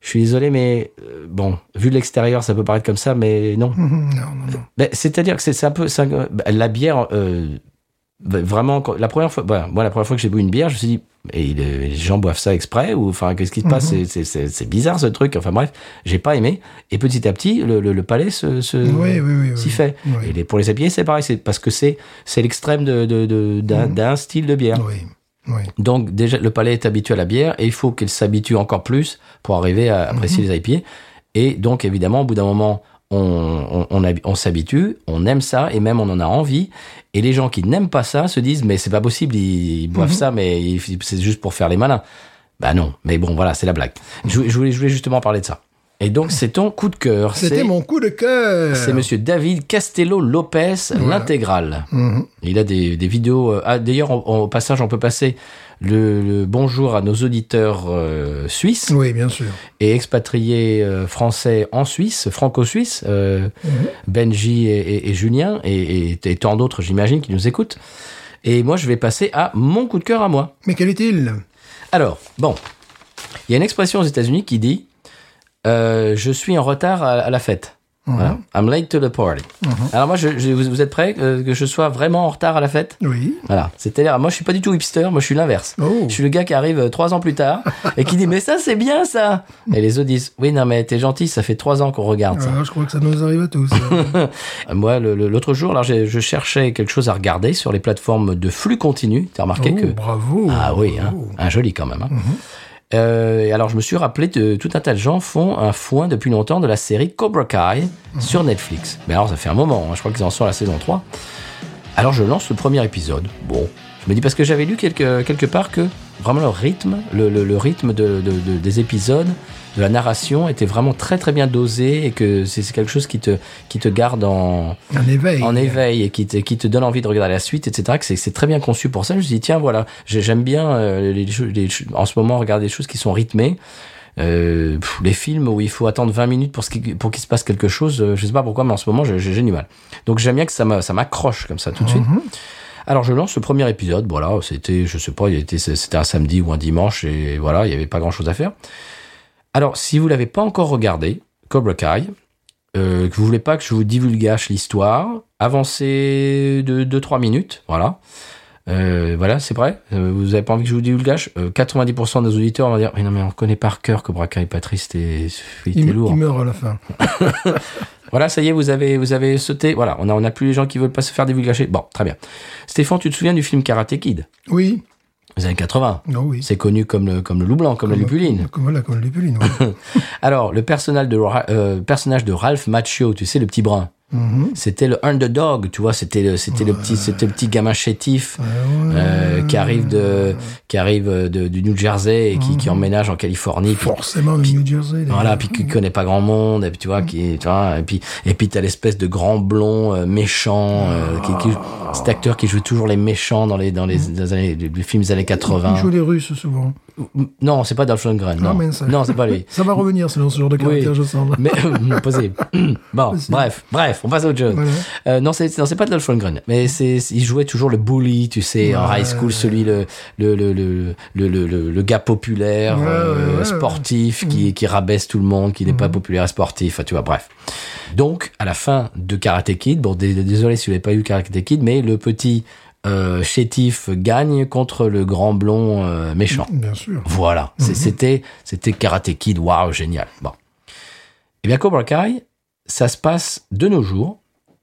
Speaker 1: Je suis désolé, mais euh, bon, vu de l'extérieur, ça peut paraître comme ça, mais non.
Speaker 3: Mhm, Non, non, non.
Speaker 1: Ben, C'est-à-dire que c'est c'est un peu c'est un- ben, la bière. euh, ben, vraiment, quand- la première fois, voilà, moi, la première fois que j'ai bu une bière, je me suis dit, et les gens boivent ça exprès ou enfin qu'est-ce qui se passe
Speaker 3: Mhm.
Speaker 1: C'est- c'est- C'est c'est bizarre ce truc. Enfin bref, j'ai pas aimé. Et petit à petit, le, le- le palais se se- s'y
Speaker 3: Oui, oui, oui, oui.
Speaker 1: fait.
Speaker 3: Oui.
Speaker 1: Et les- pour les épiers, c'est pareil, c'est parce que c'est c'est l'extrême de- de- de- d'un
Speaker 3: Mhm.
Speaker 1: d'un style de bière.
Speaker 3: Oui, oui.
Speaker 1: Donc déjà, le palais est habitué à la bière et il faut qu'il s'habitue encore plus pour arriver à apprécier
Speaker 3: Mhm.
Speaker 1: les IPA. Et donc évidemment, au bout d'un moment, on, on, on hab- on s'habitue, on aime ça et même on en a envie. Et les gens qui n'aiment pas ça se disent mais c'est pas possible, ils, ils
Speaker 3: Mhm.
Speaker 1: boivent ça, mais ils- c'est juste pour faire les malins. Bah non, mais bon voilà, c'est la blague. Je, je voulais, je voulais justement parler de ça. Et donc c'est ton coup de cœur.
Speaker 3: C'était
Speaker 1: c'est-
Speaker 3: mon coup de cœur.
Speaker 1: c'est Monsieur David Castello Lopez, l'intégrale.
Speaker 3: Mhm.
Speaker 1: Il a des, des vidéos. euh, ah, d'ailleurs, on- on- au passage, on peut passer le, le bonjour à nos auditeurs euh, suisses
Speaker 3: Oui, bien sûr.
Speaker 1: et expatriés euh, français en Suisse, franco-suisse, euh, Benji et, et- et Julien et, et- et tant d'autres, j'imagine, qui nous écoutent. Et moi, je vais passer à mon coup de cœur à moi.
Speaker 3: Mais quel est-il
Speaker 1: Alors, bon, il y a une expression aux États-Unis qui dit euh, Je suis en retard à, à la fête. Voilà. I'm late to the party. Alors, moi, je, je- vous, vous êtes prêts euh, que je sois vraiment en retard à la fête
Speaker 3: Oui.
Speaker 1: voilà, c'est-à-dire, moi je suis pas du tout hipster, moi je suis l'inverse.
Speaker 3: Oh.
Speaker 1: Je suis le gars qui arrive euh, trois ans plus tard et qui dit mais ça c'est bien ça. Et les autres disent oui non mais t'es gentil, ça fait trois ans qu'on regarde ça.
Speaker 3: Alors, Ah, je crois que ça nous arrive à tous. hein.
Speaker 1: Euh, Moi le- le- l'autre jour, là j'ai- je cherchais quelque chose à regarder sur les plateformes de flux continu. T'as remarqué
Speaker 3: Oh,
Speaker 1: que
Speaker 3: Bravo. Oh.
Speaker 1: ah oui, hein,
Speaker 3: bravo.
Speaker 1: un joli quand même. hein. Euh, et alors je me suis rappelé de tout un tas de gens font un foin depuis longtemps de la série Cobra Kai sur Netflix. Mais alors ça fait un moment, hein, je crois qu'ils en sont à la saison 3. Alors je lance le premier épisode. Bon, je me dis parce que j'avais lu quelque, quelque part que vraiment le rythme, le, le- le rythme de- de- de- des épisodes, de la narration était vraiment très très bien dosé et que c'est c'est quelque chose qui te, qui te garde en,
Speaker 3: Un éveil.
Speaker 1: en éveil et qui te, qui te donne envie de regarder la suite, etc. Que c'est- c'est très bien conçu pour ça. Je me suis dit, tiens, voilà, j'ai- j'aime bien euh, les, cho- les cho- en ce moment regarder des choses qui sont rythmées. Euh, pff, les films où il faut attendre 20 minutes pour, ce qui, pour qu'il se passe quelque chose, euh, je sais pas pourquoi, mais en ce moment, j'ai j'ai- j'ai du mal. Donc j'aime bien que ça m'a- ça m'accroche comme ça tout
Speaker 3: Ah
Speaker 1: de suite.
Speaker 3: Mhm.
Speaker 1: Alors je lance le premier épisode, voilà, c'était, je sais pas, il était, c'était un samedi ou un dimanche, et voilà, il y avait pas grand chose à faire. Alors, si vous l'avez pas encore regardé, Cobra Kai, euh, que vous voulez pas que je vous divulgage l'histoire, avancez de 2-3 minutes, voilà. Euh, voilà, c'est vrai. Euh, vous avez pas envie que je vous divulgage Euh, 90% des auditeurs vont dire Mais non, mais on connaît par cœur Cobra Kai, Patrice, t'es t'es
Speaker 3: Il,
Speaker 1: lourd.
Speaker 3: il meurt à la fin.
Speaker 1: Voilà, ça y est, vous avez, vous avez sauté. Voilà, on a, on a plus les gens qui veulent pas se faire divulgacher. Bon, très bien. Stéphane, tu te souviens du film Karate Kid
Speaker 3: Oui.
Speaker 1: Les années 80.
Speaker 3: Non, oui.
Speaker 1: C'est connu comme le, comme le loup blanc, comme la lupuline.
Speaker 3: Comme, voilà, comme la lupuline. oui.
Speaker 1: Alors, le personnage de, Ra- euh, personnage de Ralph Macchio, tu sais, le petit brun.
Speaker 3: Mhm.
Speaker 1: C'était le underdog, tu vois, c'était le, c'était le petit, c'était le petit gamin chétif.
Speaker 3: Ah ouais.
Speaker 1: euh, qui arrive de qui arrive euh, de- du New Jersey et qui, qui emménage en Californie puis-
Speaker 3: Forcément, le New Jersey. Mhm. d'ailleurs.
Speaker 1: voilà, puis qui connaît pas grand monde, et puis tu vois, qui, tu vois, et puis, et puis t'as l'espèce de grand blond euh, méchant, euh, qui, qui- cet acteur qui joue toujours les méchants dans les dans les, dans les années, les films des années
Speaker 3: Il
Speaker 1: 80.
Speaker 3: joue les Russes souvent.
Speaker 1: Non, c'est pas Dolph Lundgren, non,
Speaker 3: Ah, mince.
Speaker 1: non, c'est pas lui.
Speaker 3: Ça va revenir selon ce genre de caractère, je sens.
Speaker 1: Mais euh, posé. bon, bref, bref, on passe au jeu.
Speaker 3: Voilà.
Speaker 1: Euh, non, c'est non, c'est pas Dolph Lundgren, mais c'est c'est- il jouait toujours le bully, tu sais, en
Speaker 3: Ouais.
Speaker 1: high school, celui le le le le le, le, le- le gars populaire,
Speaker 3: Ouais,
Speaker 1: euh,
Speaker 3: ouais, ouais. Mm.
Speaker 1: sportif, qui qui rabaisse tout le monde, qui n'est pas populaire, sportif, enfin, tu vois, bref. Donc, à la fin de Karate Kid, bon, dé- désolé si vous n'avez pas eu Karate Kid, mais le petit euh, chétif gagne contre le grand blond euh, méchant.
Speaker 3: Bien sûr.
Speaker 1: Voilà, C'est- c'était c'était Karate Kid, waouh, génial. Bon. Eh bien, Cobra Kai, ça se passe de nos jours,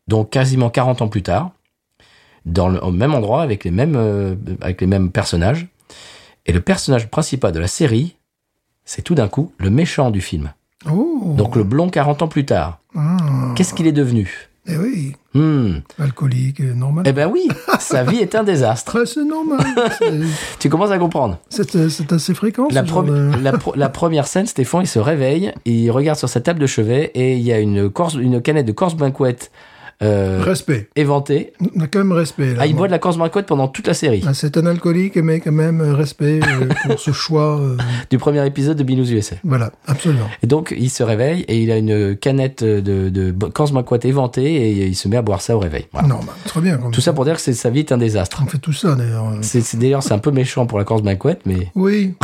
Speaker 1: donc quasiment 40 ans plus tard, dans le au même endroit, avec les mêmes, euh, avec les mêmes personnages. Et le personnage principal de la série, c'est tout d'un coup le méchant du film.
Speaker 3: Oh.
Speaker 1: Donc le blond 40 ans plus tard.
Speaker 3: Ah.
Speaker 1: Qu'est-ce qu'il est devenu
Speaker 3: Eh oui.
Speaker 1: Hmm.
Speaker 3: Alcoolique, euh, normal.
Speaker 1: Eh ben oui, sa vie est un désastre.
Speaker 3: Très, c'est normal. C'est-
Speaker 1: Tu commences à comprendre.
Speaker 3: c'est, euh, c'est assez fréquent.
Speaker 1: La,
Speaker 3: ce genre
Speaker 1: premi-
Speaker 3: de-
Speaker 1: la, pro- la première scène, Stéphane, il se réveille, il regarde sur sa table de chevet et il y a une, corse, une canette de Corse Banquet euh,
Speaker 3: Respect.
Speaker 1: éventé.
Speaker 3: On a quand même respect. là.
Speaker 1: Ah, il boit de la Corse Marcotte pendant toute la série.
Speaker 3: Ah, C'est un alcoolique, mais quand même euh, respect euh, pour ce choix. euh,
Speaker 1: Du premier épisode de Binous USA.
Speaker 3: voilà, absolument.
Speaker 1: Et donc, il se réveille et il a une canette de, de Corse Marcotte éventée et il se met à boire ça au réveil. Voilà.
Speaker 3: Non, bah, très bien. quand
Speaker 1: Tout
Speaker 3: même.
Speaker 1: ça pour dire que c'est- sa vie est un désastre.
Speaker 3: On fait tout ça, d'ailleurs. euh.
Speaker 1: C'est c'est- d'ailleurs c'est un peu méchant pour la Corse Marcotte, mais
Speaker 3: Oui,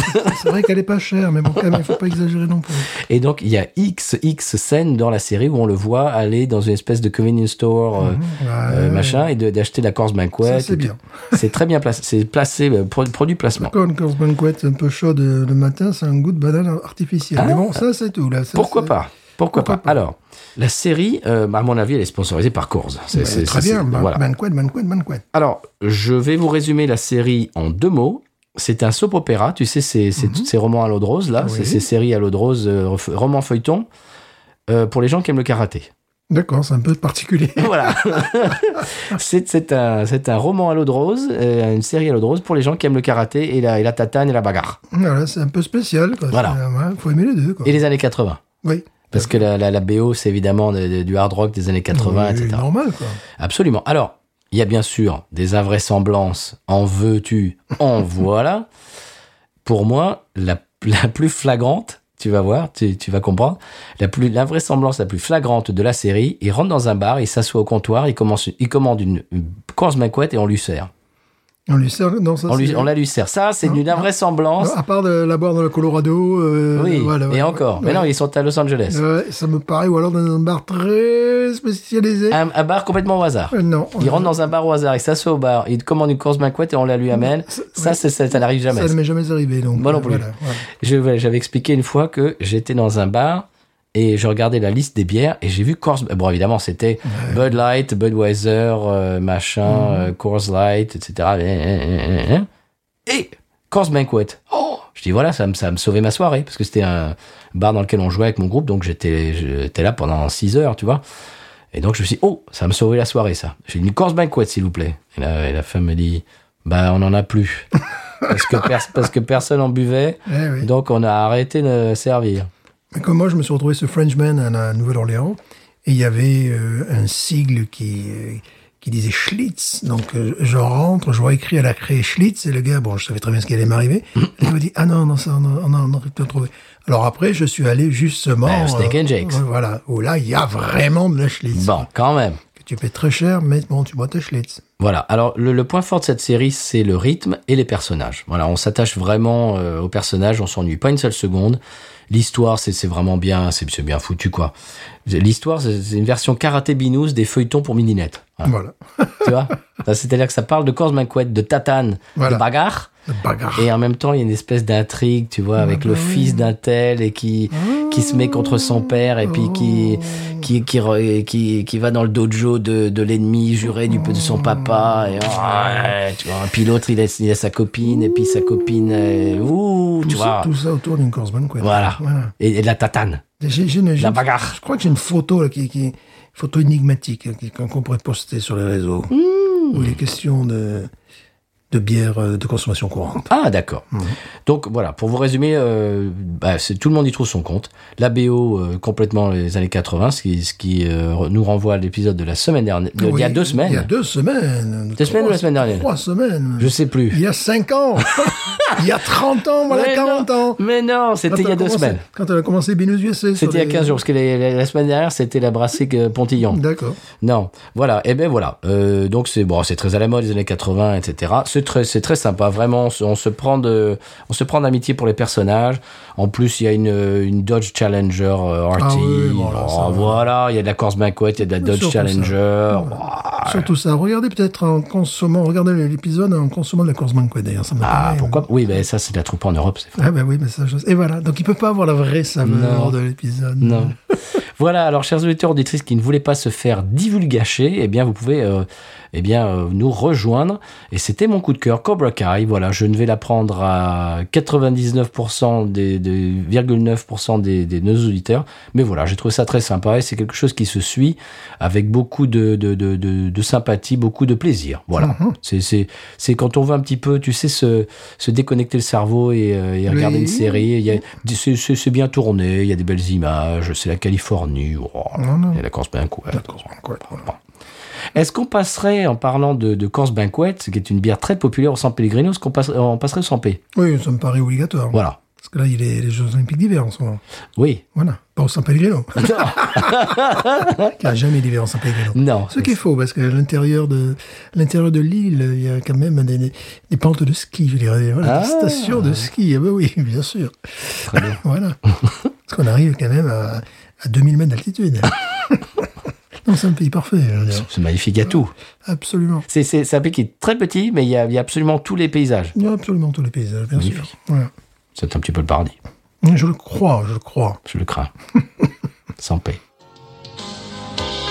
Speaker 3: c'est vrai qu'elle est pas chère, mais bon, quand même, il faut pas exagérer non plus.
Speaker 1: et donc il y a x x scènes dans la série où on le voit aller dans une espèce de convenience store. euh, euh,
Speaker 3: Ouais.
Speaker 1: machin et de- d'acheter la Corse
Speaker 3: Ah. Ça,
Speaker 1: Banquet.
Speaker 3: c'est bien.
Speaker 1: C'est très bien placé. C'est placé euh, pro- produit placement.
Speaker 3: Quand une course banquette un peu chaude euh, le matin, c'est un goût de banane artificielle.
Speaker 1: Ah.
Speaker 3: mais bon, ça, c'est tout. Là. Ça,
Speaker 1: Pourquoi
Speaker 3: c'est-
Speaker 1: pas Pourquoi,
Speaker 3: Pourquoi
Speaker 1: pas, Alors, la série, euh, à mon avis, elle est sponsorisée par Corse. C'est-
Speaker 3: Bah,
Speaker 1: c'est-
Speaker 3: très
Speaker 1: c'est-
Speaker 3: bien,
Speaker 1: c'est-
Speaker 3: ban-
Speaker 1: voilà.
Speaker 3: banquette, banquette, banquette.
Speaker 1: Alors, je vais vous résumer la série en deux mots. C'est un soap opéra, tu sais, c'est c'est tous ces romans à l'eau de rose, là,
Speaker 3: Mhm. Oui.
Speaker 1: c'est ces séries à l'eau de rose, euh, ref- romans feuilleton, euh, pour les gens qui aiment le karaté.
Speaker 3: D'accord, c'est un peu particulier.
Speaker 1: Voilà. c'est c'est un, c'est un roman à l'eau de rose, euh, une série à l'eau de rose pour les gens qui aiment le karaté et la, et la tatane et la bagarre.
Speaker 3: voilà, c'est un peu spécial. Quoi.
Speaker 1: Voilà.
Speaker 3: C'est, euh, ouais, faut aimer les deux. Quoi.
Speaker 1: Et les années 80.
Speaker 3: Oui.
Speaker 1: Parce que la, la, la BO, c'est évidemment de- de- du hard rock des années 80,
Speaker 3: Oui,
Speaker 1: etc.
Speaker 3: Normal, quoi.
Speaker 1: Absolument. Alors, il y a bien sûr des invraisemblances, en veux-tu, en voilà. Pour moi, la, la plus flagrante, tu vas voir, tu, tu vas comprendre, la plus l'invraisemblance la plus flagrante de la série, il rentre dans un bar, il s'assoit au comptoir, il, commence, il commande une, une course maquette et on lui sert.
Speaker 3: On lui sert. Non, ça,
Speaker 1: On, lui-
Speaker 3: c'est-
Speaker 1: on la lui sert. Ça, c'est
Speaker 3: Non,
Speaker 1: une
Speaker 3: non.
Speaker 1: invraisemblance.
Speaker 3: Non, à part de la boire dans le Colorado. euh,
Speaker 1: oui,
Speaker 3: voilà,
Speaker 1: et
Speaker 3: voilà.
Speaker 1: encore. Mais
Speaker 3: Ouais. Euh,
Speaker 1: non, ils sont à Los Angeles.
Speaker 3: Ouais, ça me paraît, ou alors dans un bar très spécialisé.
Speaker 1: Un, un bar complètement au hasard.
Speaker 3: Euh, non.
Speaker 1: Ah. Il rentre dans un bar au hasard, il s'assoit au bar, il commande une course banquette et on la lui amène.
Speaker 3: Ça-
Speaker 1: Ça,
Speaker 3: ouais.
Speaker 1: c'est- ça, ça n'arrive jamais.
Speaker 3: Ça ne m'est jamais arrivé. Donc,
Speaker 1: Moi non
Speaker 3: euh,
Speaker 1: plus.
Speaker 3: voilà, voilà.
Speaker 1: Je- voilà, J'avais expliqué une fois que j'étais dans un bar et je regardais la liste des bières et j'ai vu Coors. Bon, évidemment, c'était Bud Light, Budweiser, euh, machin, euh, Coors Light, etc. Et Coors Banquet. Oh Je dis, voilà, ça me, ça me sauvait ma soirée parce que c'était un bar dans lequel on jouait avec mon groupe, donc j'étais j'étais là pendant 6 heures, tu vois. Et donc je me suis dit, oh, ça va me sauver la soirée, ça. J'ai dit, une course banquette, s'il vous plaît. Et là, et la femme me dit, bah, on n'en a plus. parce, que pers- parce que personne en buvait.
Speaker 3: Eh oui.
Speaker 1: Donc on a arrêté de servir.
Speaker 3: Mais Comme moi, je me suis retrouvé ce Frenchman à la Nouvelle-Orléans et il y avait euh, un sigle qui, euh, qui disait Schlitz. Donc, euh, je rentre, je vois écrit à la craie Schlitz et le gars, bon, je savais très bien ce qui allait m'arriver. Il me dit Ah non, non, ça, on a- on a- on aurait peut-être trouvé. Alors après, je suis allé justement.
Speaker 1: Ben,
Speaker 3: euh,
Speaker 1: au Steak and Jakes.
Speaker 3: voilà, où là, il y a vraiment de la Schlitz.
Speaker 1: Bon, quand même.
Speaker 3: Que tu paies très cher, mais bon, tu bois ta Schlitz.
Speaker 1: Voilà. Alors le, le point fort de cette série, c'est le rythme et les personnages. Voilà, on s'attache vraiment euh, aux personnages, on s'ennuie pas une seule seconde. L'histoire, c'est c'est vraiment bien, c'est c'est bien foutu quoi. L'histoire, c'est c'est une version karaté binous des feuilletons pour mininette. Voilà.
Speaker 3: Voilà.
Speaker 1: tu vois Ça, C'est-à-dire que ça parle de Coors Banquet, de tatane,
Speaker 3: Voilà.
Speaker 1: de bagarre.
Speaker 3: La bagarre.
Speaker 1: Et en même temps, il y a une espèce d'intrigue, tu vois, avec le fils d'un tel et qui, qui se met contre son père et puis qui, qui, qui, re- qui, qui va dans le dojo de, de l'ennemi juré du, de son papa. Et, ouais, tu vois, et puis l'autre, il a, il a sa copine et puis sa copine, euh, ouh,
Speaker 3: Tout
Speaker 1: tu
Speaker 3: ça,
Speaker 1: vois.
Speaker 3: tout ça autour d'une course bonne quoi.
Speaker 1: Voilà. Et, et la tatane,
Speaker 3: J'ai- j'ai une- j'ai
Speaker 1: la
Speaker 3: une-
Speaker 1: bagarre.
Speaker 3: Je crois que j'ai une photo là, qui, qui une photo énigmatique hein, qui- qu'on qu'on pourrait poster sur les réseaux
Speaker 1: Mmh.
Speaker 3: où il est question de de bière euh, de consommation courante.
Speaker 1: Ah, d'accord. Donc voilà, pour vous résumer, euh, bah, c'est- tout le monde y trouve son compte. La BO euh, complètement les années 80, ce qui, ce qui euh, re- nous renvoie à l'épisode de la semaine dernière, de-
Speaker 3: Oui,
Speaker 1: il y a deux semaines.
Speaker 3: Il y a deux semaines.
Speaker 1: Deux semaines ou la semaine dernière
Speaker 3: Trois semaines.
Speaker 1: Je sais plus.
Speaker 3: Il y a cinq ans. il y a 30 ans, voilà
Speaker 1: Mais
Speaker 3: 40
Speaker 1: non,
Speaker 3: ans.
Speaker 1: Mais non, c'était
Speaker 3: Quand
Speaker 1: il y a
Speaker 3: elle
Speaker 1: deux
Speaker 3: commencé-
Speaker 1: semaines.
Speaker 3: Quand elle a commencé Binous USA.
Speaker 1: C'était il y a 15 jours, parce que la, la- la semaine dernière, c'était la brassique euh, Pontillon.
Speaker 3: D'accord.
Speaker 1: Non, voilà. Et ben voilà. Euh, donc c'est bon, c'est très à la mode les années 80, etc. C'est très, c'est très sympa. Vraiment, on se, on se prend de, on se prend d'amitié pour les personnages. En plus, il y a une, euh, une Dodge Challenger euh, RT.
Speaker 3: Ah oui, bon, là,
Speaker 1: Oh,
Speaker 3: ça va.
Speaker 1: voilà, il y a de la Corse Banquet, il y a de la Dodge
Speaker 3: surtout ça.
Speaker 1: Challenger. Oh,
Speaker 3: Surtout ça. Regardez peut-être en consommant, regardez l'épisode en consommant de la course banquet d'ailleurs. ça me
Speaker 1: Ah,
Speaker 3: paraît,
Speaker 1: pourquoi Oui, ben ça c'est de la troupe en Europe, c'est
Speaker 3: euh, Ah ben oui, mais ça, je- Et voilà. Donc il peut pas avoir la vraie saveur
Speaker 1: Non.
Speaker 3: de l'épisode.
Speaker 1: Non. voilà, alors chers auditeurs, auditrices qui ne voulaient pas se faire divulgacher, eh bien vous pouvez euh, eh bien, euh, nous rejoindre. Et c'était mon coup de cœur, Cobra Kai. Voilà, je ne vais la prendre à 99% des, des 0,9% des, des nos auditeurs. Mais voilà, j'ai trouvé ça très sympa et c'est quelque chose qui se suit avec beaucoup de, de, de, de, de sympathie, beaucoup de plaisir. Voilà. C'est- C'est c'est quand on veut un petit peu, tu sais, se, se déconnecter le cerveau et, euh, et regarder
Speaker 3: Oui.
Speaker 1: une série. Il y a- c'est- C'est c'est bien tourné, il y a des belles images, c'est la Californie. oh,
Speaker 3: Non, non.
Speaker 1: Il y a la Corse bien
Speaker 3: Course banquet, voilà.
Speaker 1: Est-ce qu'on passerait, en parlant de, de Corse Banquet, qui est une bière très populaire au San Pellegrino, est-ce qu'on passe- euh, on passerait au San P
Speaker 3: Oui, ça me paraît obligatoire.
Speaker 1: Voilà.
Speaker 3: Parce que là, il est les Jeux Olympiques d'hiver en ce moment.
Speaker 1: Oui.
Speaker 3: Voilà. Pas au Saint-Pellegrino.
Speaker 1: Non.
Speaker 3: Il n'y a jamais d'hiver en Saint-Pellegrino.
Speaker 1: Non.
Speaker 3: Ce qui est faux, parce qu'à l'intérieur de à l'intérieur de l'île, il y a quand même des, des- des pentes de ski, je dirais, voilà,
Speaker 1: Ah.
Speaker 3: des stations de ski. Ah ben oui, bien sûr.
Speaker 1: Très bien.
Speaker 3: Voilà. Parce qu'on arrive quand même à, à 2000 mètres d'altitude. non, c'est un pays parfait, je veux dire.
Speaker 1: C'est magnifique à tout.
Speaker 3: Absolument.
Speaker 1: C'est c'est- c'est un pays qui est très petit, mais il y a, il y a absolument tous les paysages.
Speaker 3: Il y a absolument tous les paysages, bien sûr.
Speaker 1: Magnifique.
Speaker 3: Voilà.
Speaker 1: C'est un petit peu le paradis.
Speaker 3: Je le crois, je le crois.
Speaker 1: Je le crains. Sans paix.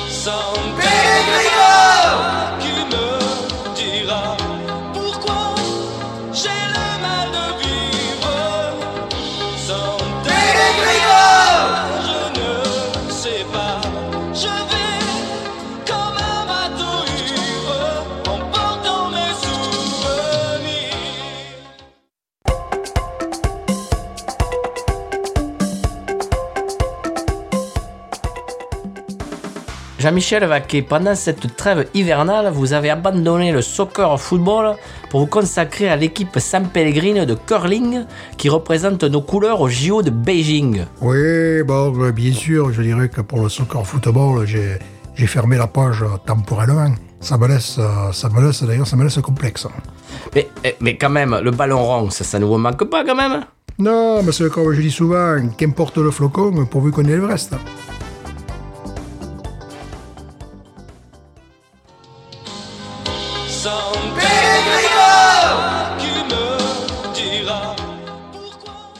Speaker 4: Sans Pellegrino Qui me dira pourquoi j'ai le mal de vivre Sans Pellegrino Je ne sais pas Je vais comme un bateau ivre En portant mes souvenirs
Speaker 1: Jean-Michel Vaquet, pendant cette trêve hivernale, vous avez abandonné le soccer au football pour vous consacrer à l'équipe San Pellegrino de curling qui représente nos couleurs au JO de Beijing.
Speaker 3: Oui, bon, euh, bien sûr, je dirais que pour le soccer football, j'ai j'ai fermé la page euh, temporairement. Ça me laisse, euh, ça me laisse d'ailleurs, ça me laisse complexe.
Speaker 1: Mais, eh, mais quand même, le ballon rond, ça, ça ne vous manque pas quand même
Speaker 3: Non, mais c'est comme je dis souvent, qu'importe le flocon, pourvu qu'on ait le reste.
Speaker 4: Sans Pellegrino Qui me dira pourquoi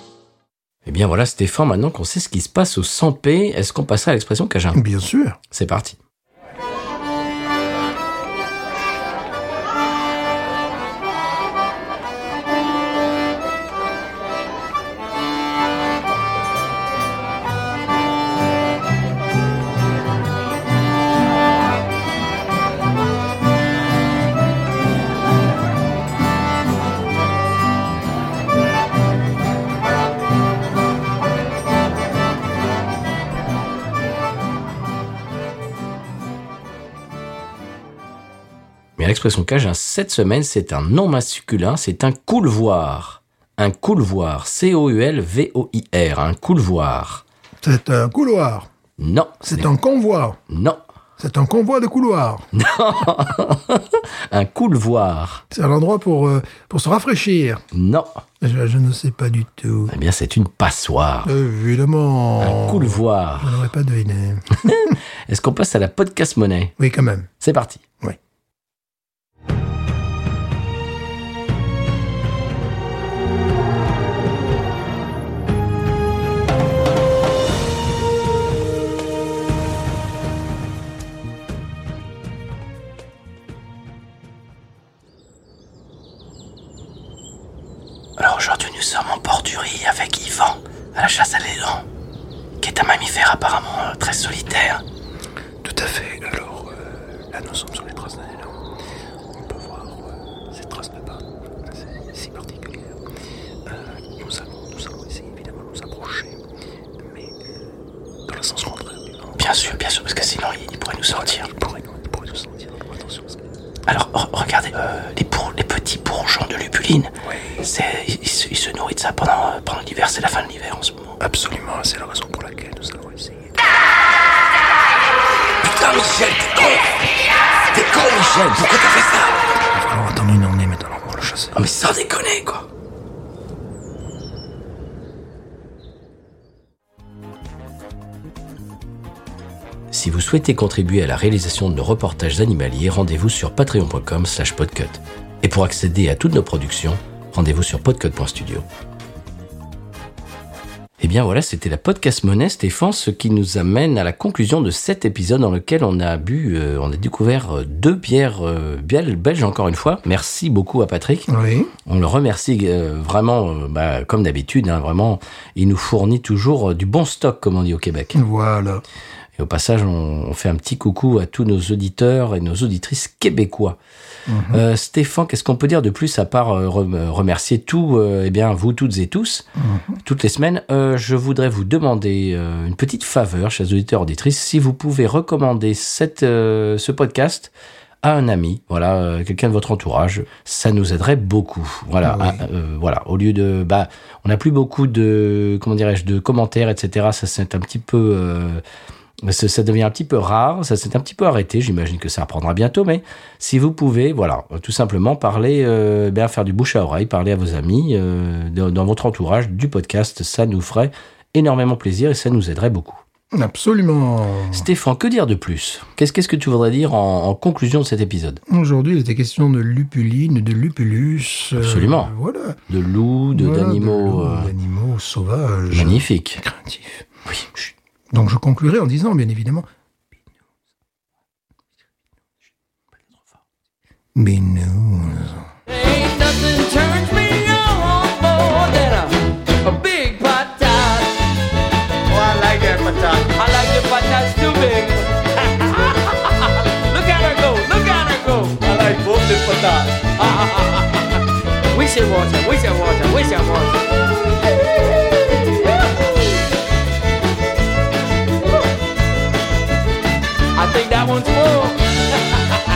Speaker 1: Eh bien voilà Stéphane, maintenant qu'on sait ce qui se passe au 100p, est-ce qu'on passerait à l'expression Cajun
Speaker 3: Bien sûr.
Speaker 1: C'est parti. Mais l'expression Cajun cette semaine, c'est un nom masculin, c'est un coulevoir. Un coulevoir, C-O-U-L-V-O-I-R, un coulevoir.
Speaker 3: C'est un couloir.
Speaker 1: Non, ce
Speaker 3: C'est
Speaker 1: n'est-
Speaker 3: un convoi.
Speaker 1: non,
Speaker 3: C'est un convoi de couloirs.
Speaker 1: un coulevoir.
Speaker 3: C'est un endroit pour, euh, pour se rafraîchir.
Speaker 1: Non,
Speaker 3: Je, je ne sais pas du tout.
Speaker 1: eh bien c'est une passoire.
Speaker 3: Évidemment.
Speaker 1: Un coulevoir.
Speaker 3: Je n'aurais pas deviné.
Speaker 1: Est-ce qu'on passe à la podcast monnaie
Speaker 3: Oui, quand même.
Speaker 1: C'est parti.
Speaker 3: Oui.
Speaker 1: Alors aujourd'hui, nous sommes en Porturie avec Yvan à la chasse à l'élan, qui est un mammifère apparemment euh, très solitaire.
Speaker 5: Tout à fait. Alors, euh, là, nous sommes sur les traces d'un élan. On peut voir euh, cette trace de pas. C'est si particulière. Euh, nous, allons, nous allons essayer, évidemment, de nous approcher, mais euh, dans le sens contraire.
Speaker 1: Bien sûr, bien sûr, parce que sinon il, il pourrait nous sortir.
Speaker 5: Il pourrait, nous- il pourrait nous sentir. Donc, attention. parce que-
Speaker 1: Alors re- regardez, euh, les, bour- les petits bourgeons de lupuline, c'est- ils, ils se- ils se nourrissent de ça pendant, euh, pendant l'hiver, c'est la fin de l'hiver en ce moment.
Speaker 5: Absolument, c'est la raison pour laquelle nous allons essayer.
Speaker 1: Putain Michel, t'es con T'es con Michel, pourquoi t'as fait ça
Speaker 5: Il va falloir attendre une année maintenant pour le chasser.
Speaker 1: Non Ah, mais sans déconner quoi Si vous souhaitez contribuer à la réalisation de nos reportages animaliers, rendez-vous sur patreon.com slash podcut. Et pour accéder à toutes nos productions, rendez-vous sur podcut.studio. Et Eh bien voilà, c'était la podcast monnaie Stéphane, ce qui nous amène à la conclusion de cet épisode dans lequel on a bu, euh, on a découvert euh, deux bières euh, bières belges encore une fois. Merci beaucoup à Patrick.
Speaker 3: Oui.
Speaker 1: On le remercie euh, vraiment, euh, bah, comme d'habitude, hein, vraiment, il nous fournit toujours euh, du bon stock, comme on dit au Québec.
Speaker 3: Voilà.
Speaker 1: Et Et au passage, on, on fait un petit coucou à tous nos auditeurs et nos auditrices québécois.
Speaker 3: Mhm.
Speaker 1: Euh, Stéphane, qu'est-ce qu'on peut dire de plus à part euh, re- remercier tout, euh, eh bien, vous toutes et tous,
Speaker 3: Mhm.
Speaker 1: toutes les semaines Euh, Je voudrais vous demander euh, une petite faveur, chers auditeurs auditrices, si vous pouvez recommander cette, euh, ce podcast à un ami, voilà, euh, quelqu'un de votre entourage, ça nous aiderait beaucoup. Voilà,
Speaker 3: Ah oui.
Speaker 1: Ah, euh, voilà. Au lieu de, bah, on n'a plus beaucoup de, comment dirais-je, de commentaires, etc. Ça c'est un petit peu, euh, ça, ça devient un petit peu rare. Ça s'est un petit peu arrêté. J'imagine que ça reprendra bientôt, mais si vous pouvez, voilà, tout simplement parler, euh, ben, faire du bouche à oreille, parler à vos amis, euh, dans, dans votre entourage du podcast, ça nous ferait énormément plaisir et ça nous aiderait beaucoup.
Speaker 3: Absolument.
Speaker 1: Stéphane, que dire de plus Qu'est-ce qu'est-ce que tu voudrais dire en- en conclusion de cet épisode
Speaker 3: Aujourd'hui, il était question de lupuline, de lupulus. euh,
Speaker 1: Absolument.
Speaker 3: voilà.
Speaker 1: de loups, de-
Speaker 3: Voilà,
Speaker 1: d'animaux
Speaker 3: loups,
Speaker 1: euh,
Speaker 3: D'animaux sauvages.
Speaker 1: magnifiques.
Speaker 3: Craintifs.
Speaker 1: Oui, chut,
Speaker 3: Donc je conclurai en disant, bien évidemment, Binous.
Speaker 4: Ain't nothing turns me on more than a, a big patat. Oh, I like that patat. I like the patats too big. look at her go, look at her go. I like both the patats. we should watch her, we should watch her, we should watch her. I think that one's full.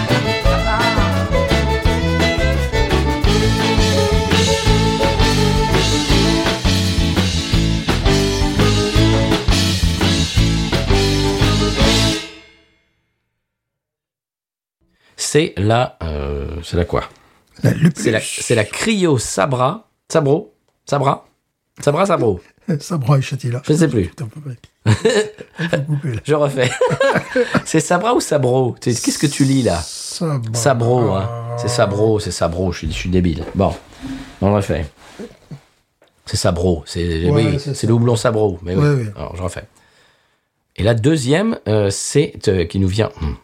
Speaker 1: C'est la, euh, c'est la quoi
Speaker 3: La lupulus.
Speaker 1: C'est la, c'est la cryo sabra, sabro, sabra, sabra sabro.
Speaker 3: Sabra et Chatila.
Speaker 1: Je ne sais plus.
Speaker 3: Putain, on peut pas- on peut couper, là.
Speaker 1: Je refais. c'est sabra ou sabro C'est- Qu'est-ce que tu lis là
Speaker 3: Sabra.
Speaker 1: Sabro, hein. C'est sabro, c'est sabro. Je suis, je suis débile. Bon, on refait. C'est sabro. C'est
Speaker 3: Ouais,
Speaker 1: oui, c'est
Speaker 3: c'est ça.
Speaker 1: le houblon sabro. Mais oui.
Speaker 3: Ouais, ouais.
Speaker 1: Alors je refais. Et la deuxième, euh, c'est euh, qui nous vient. hum,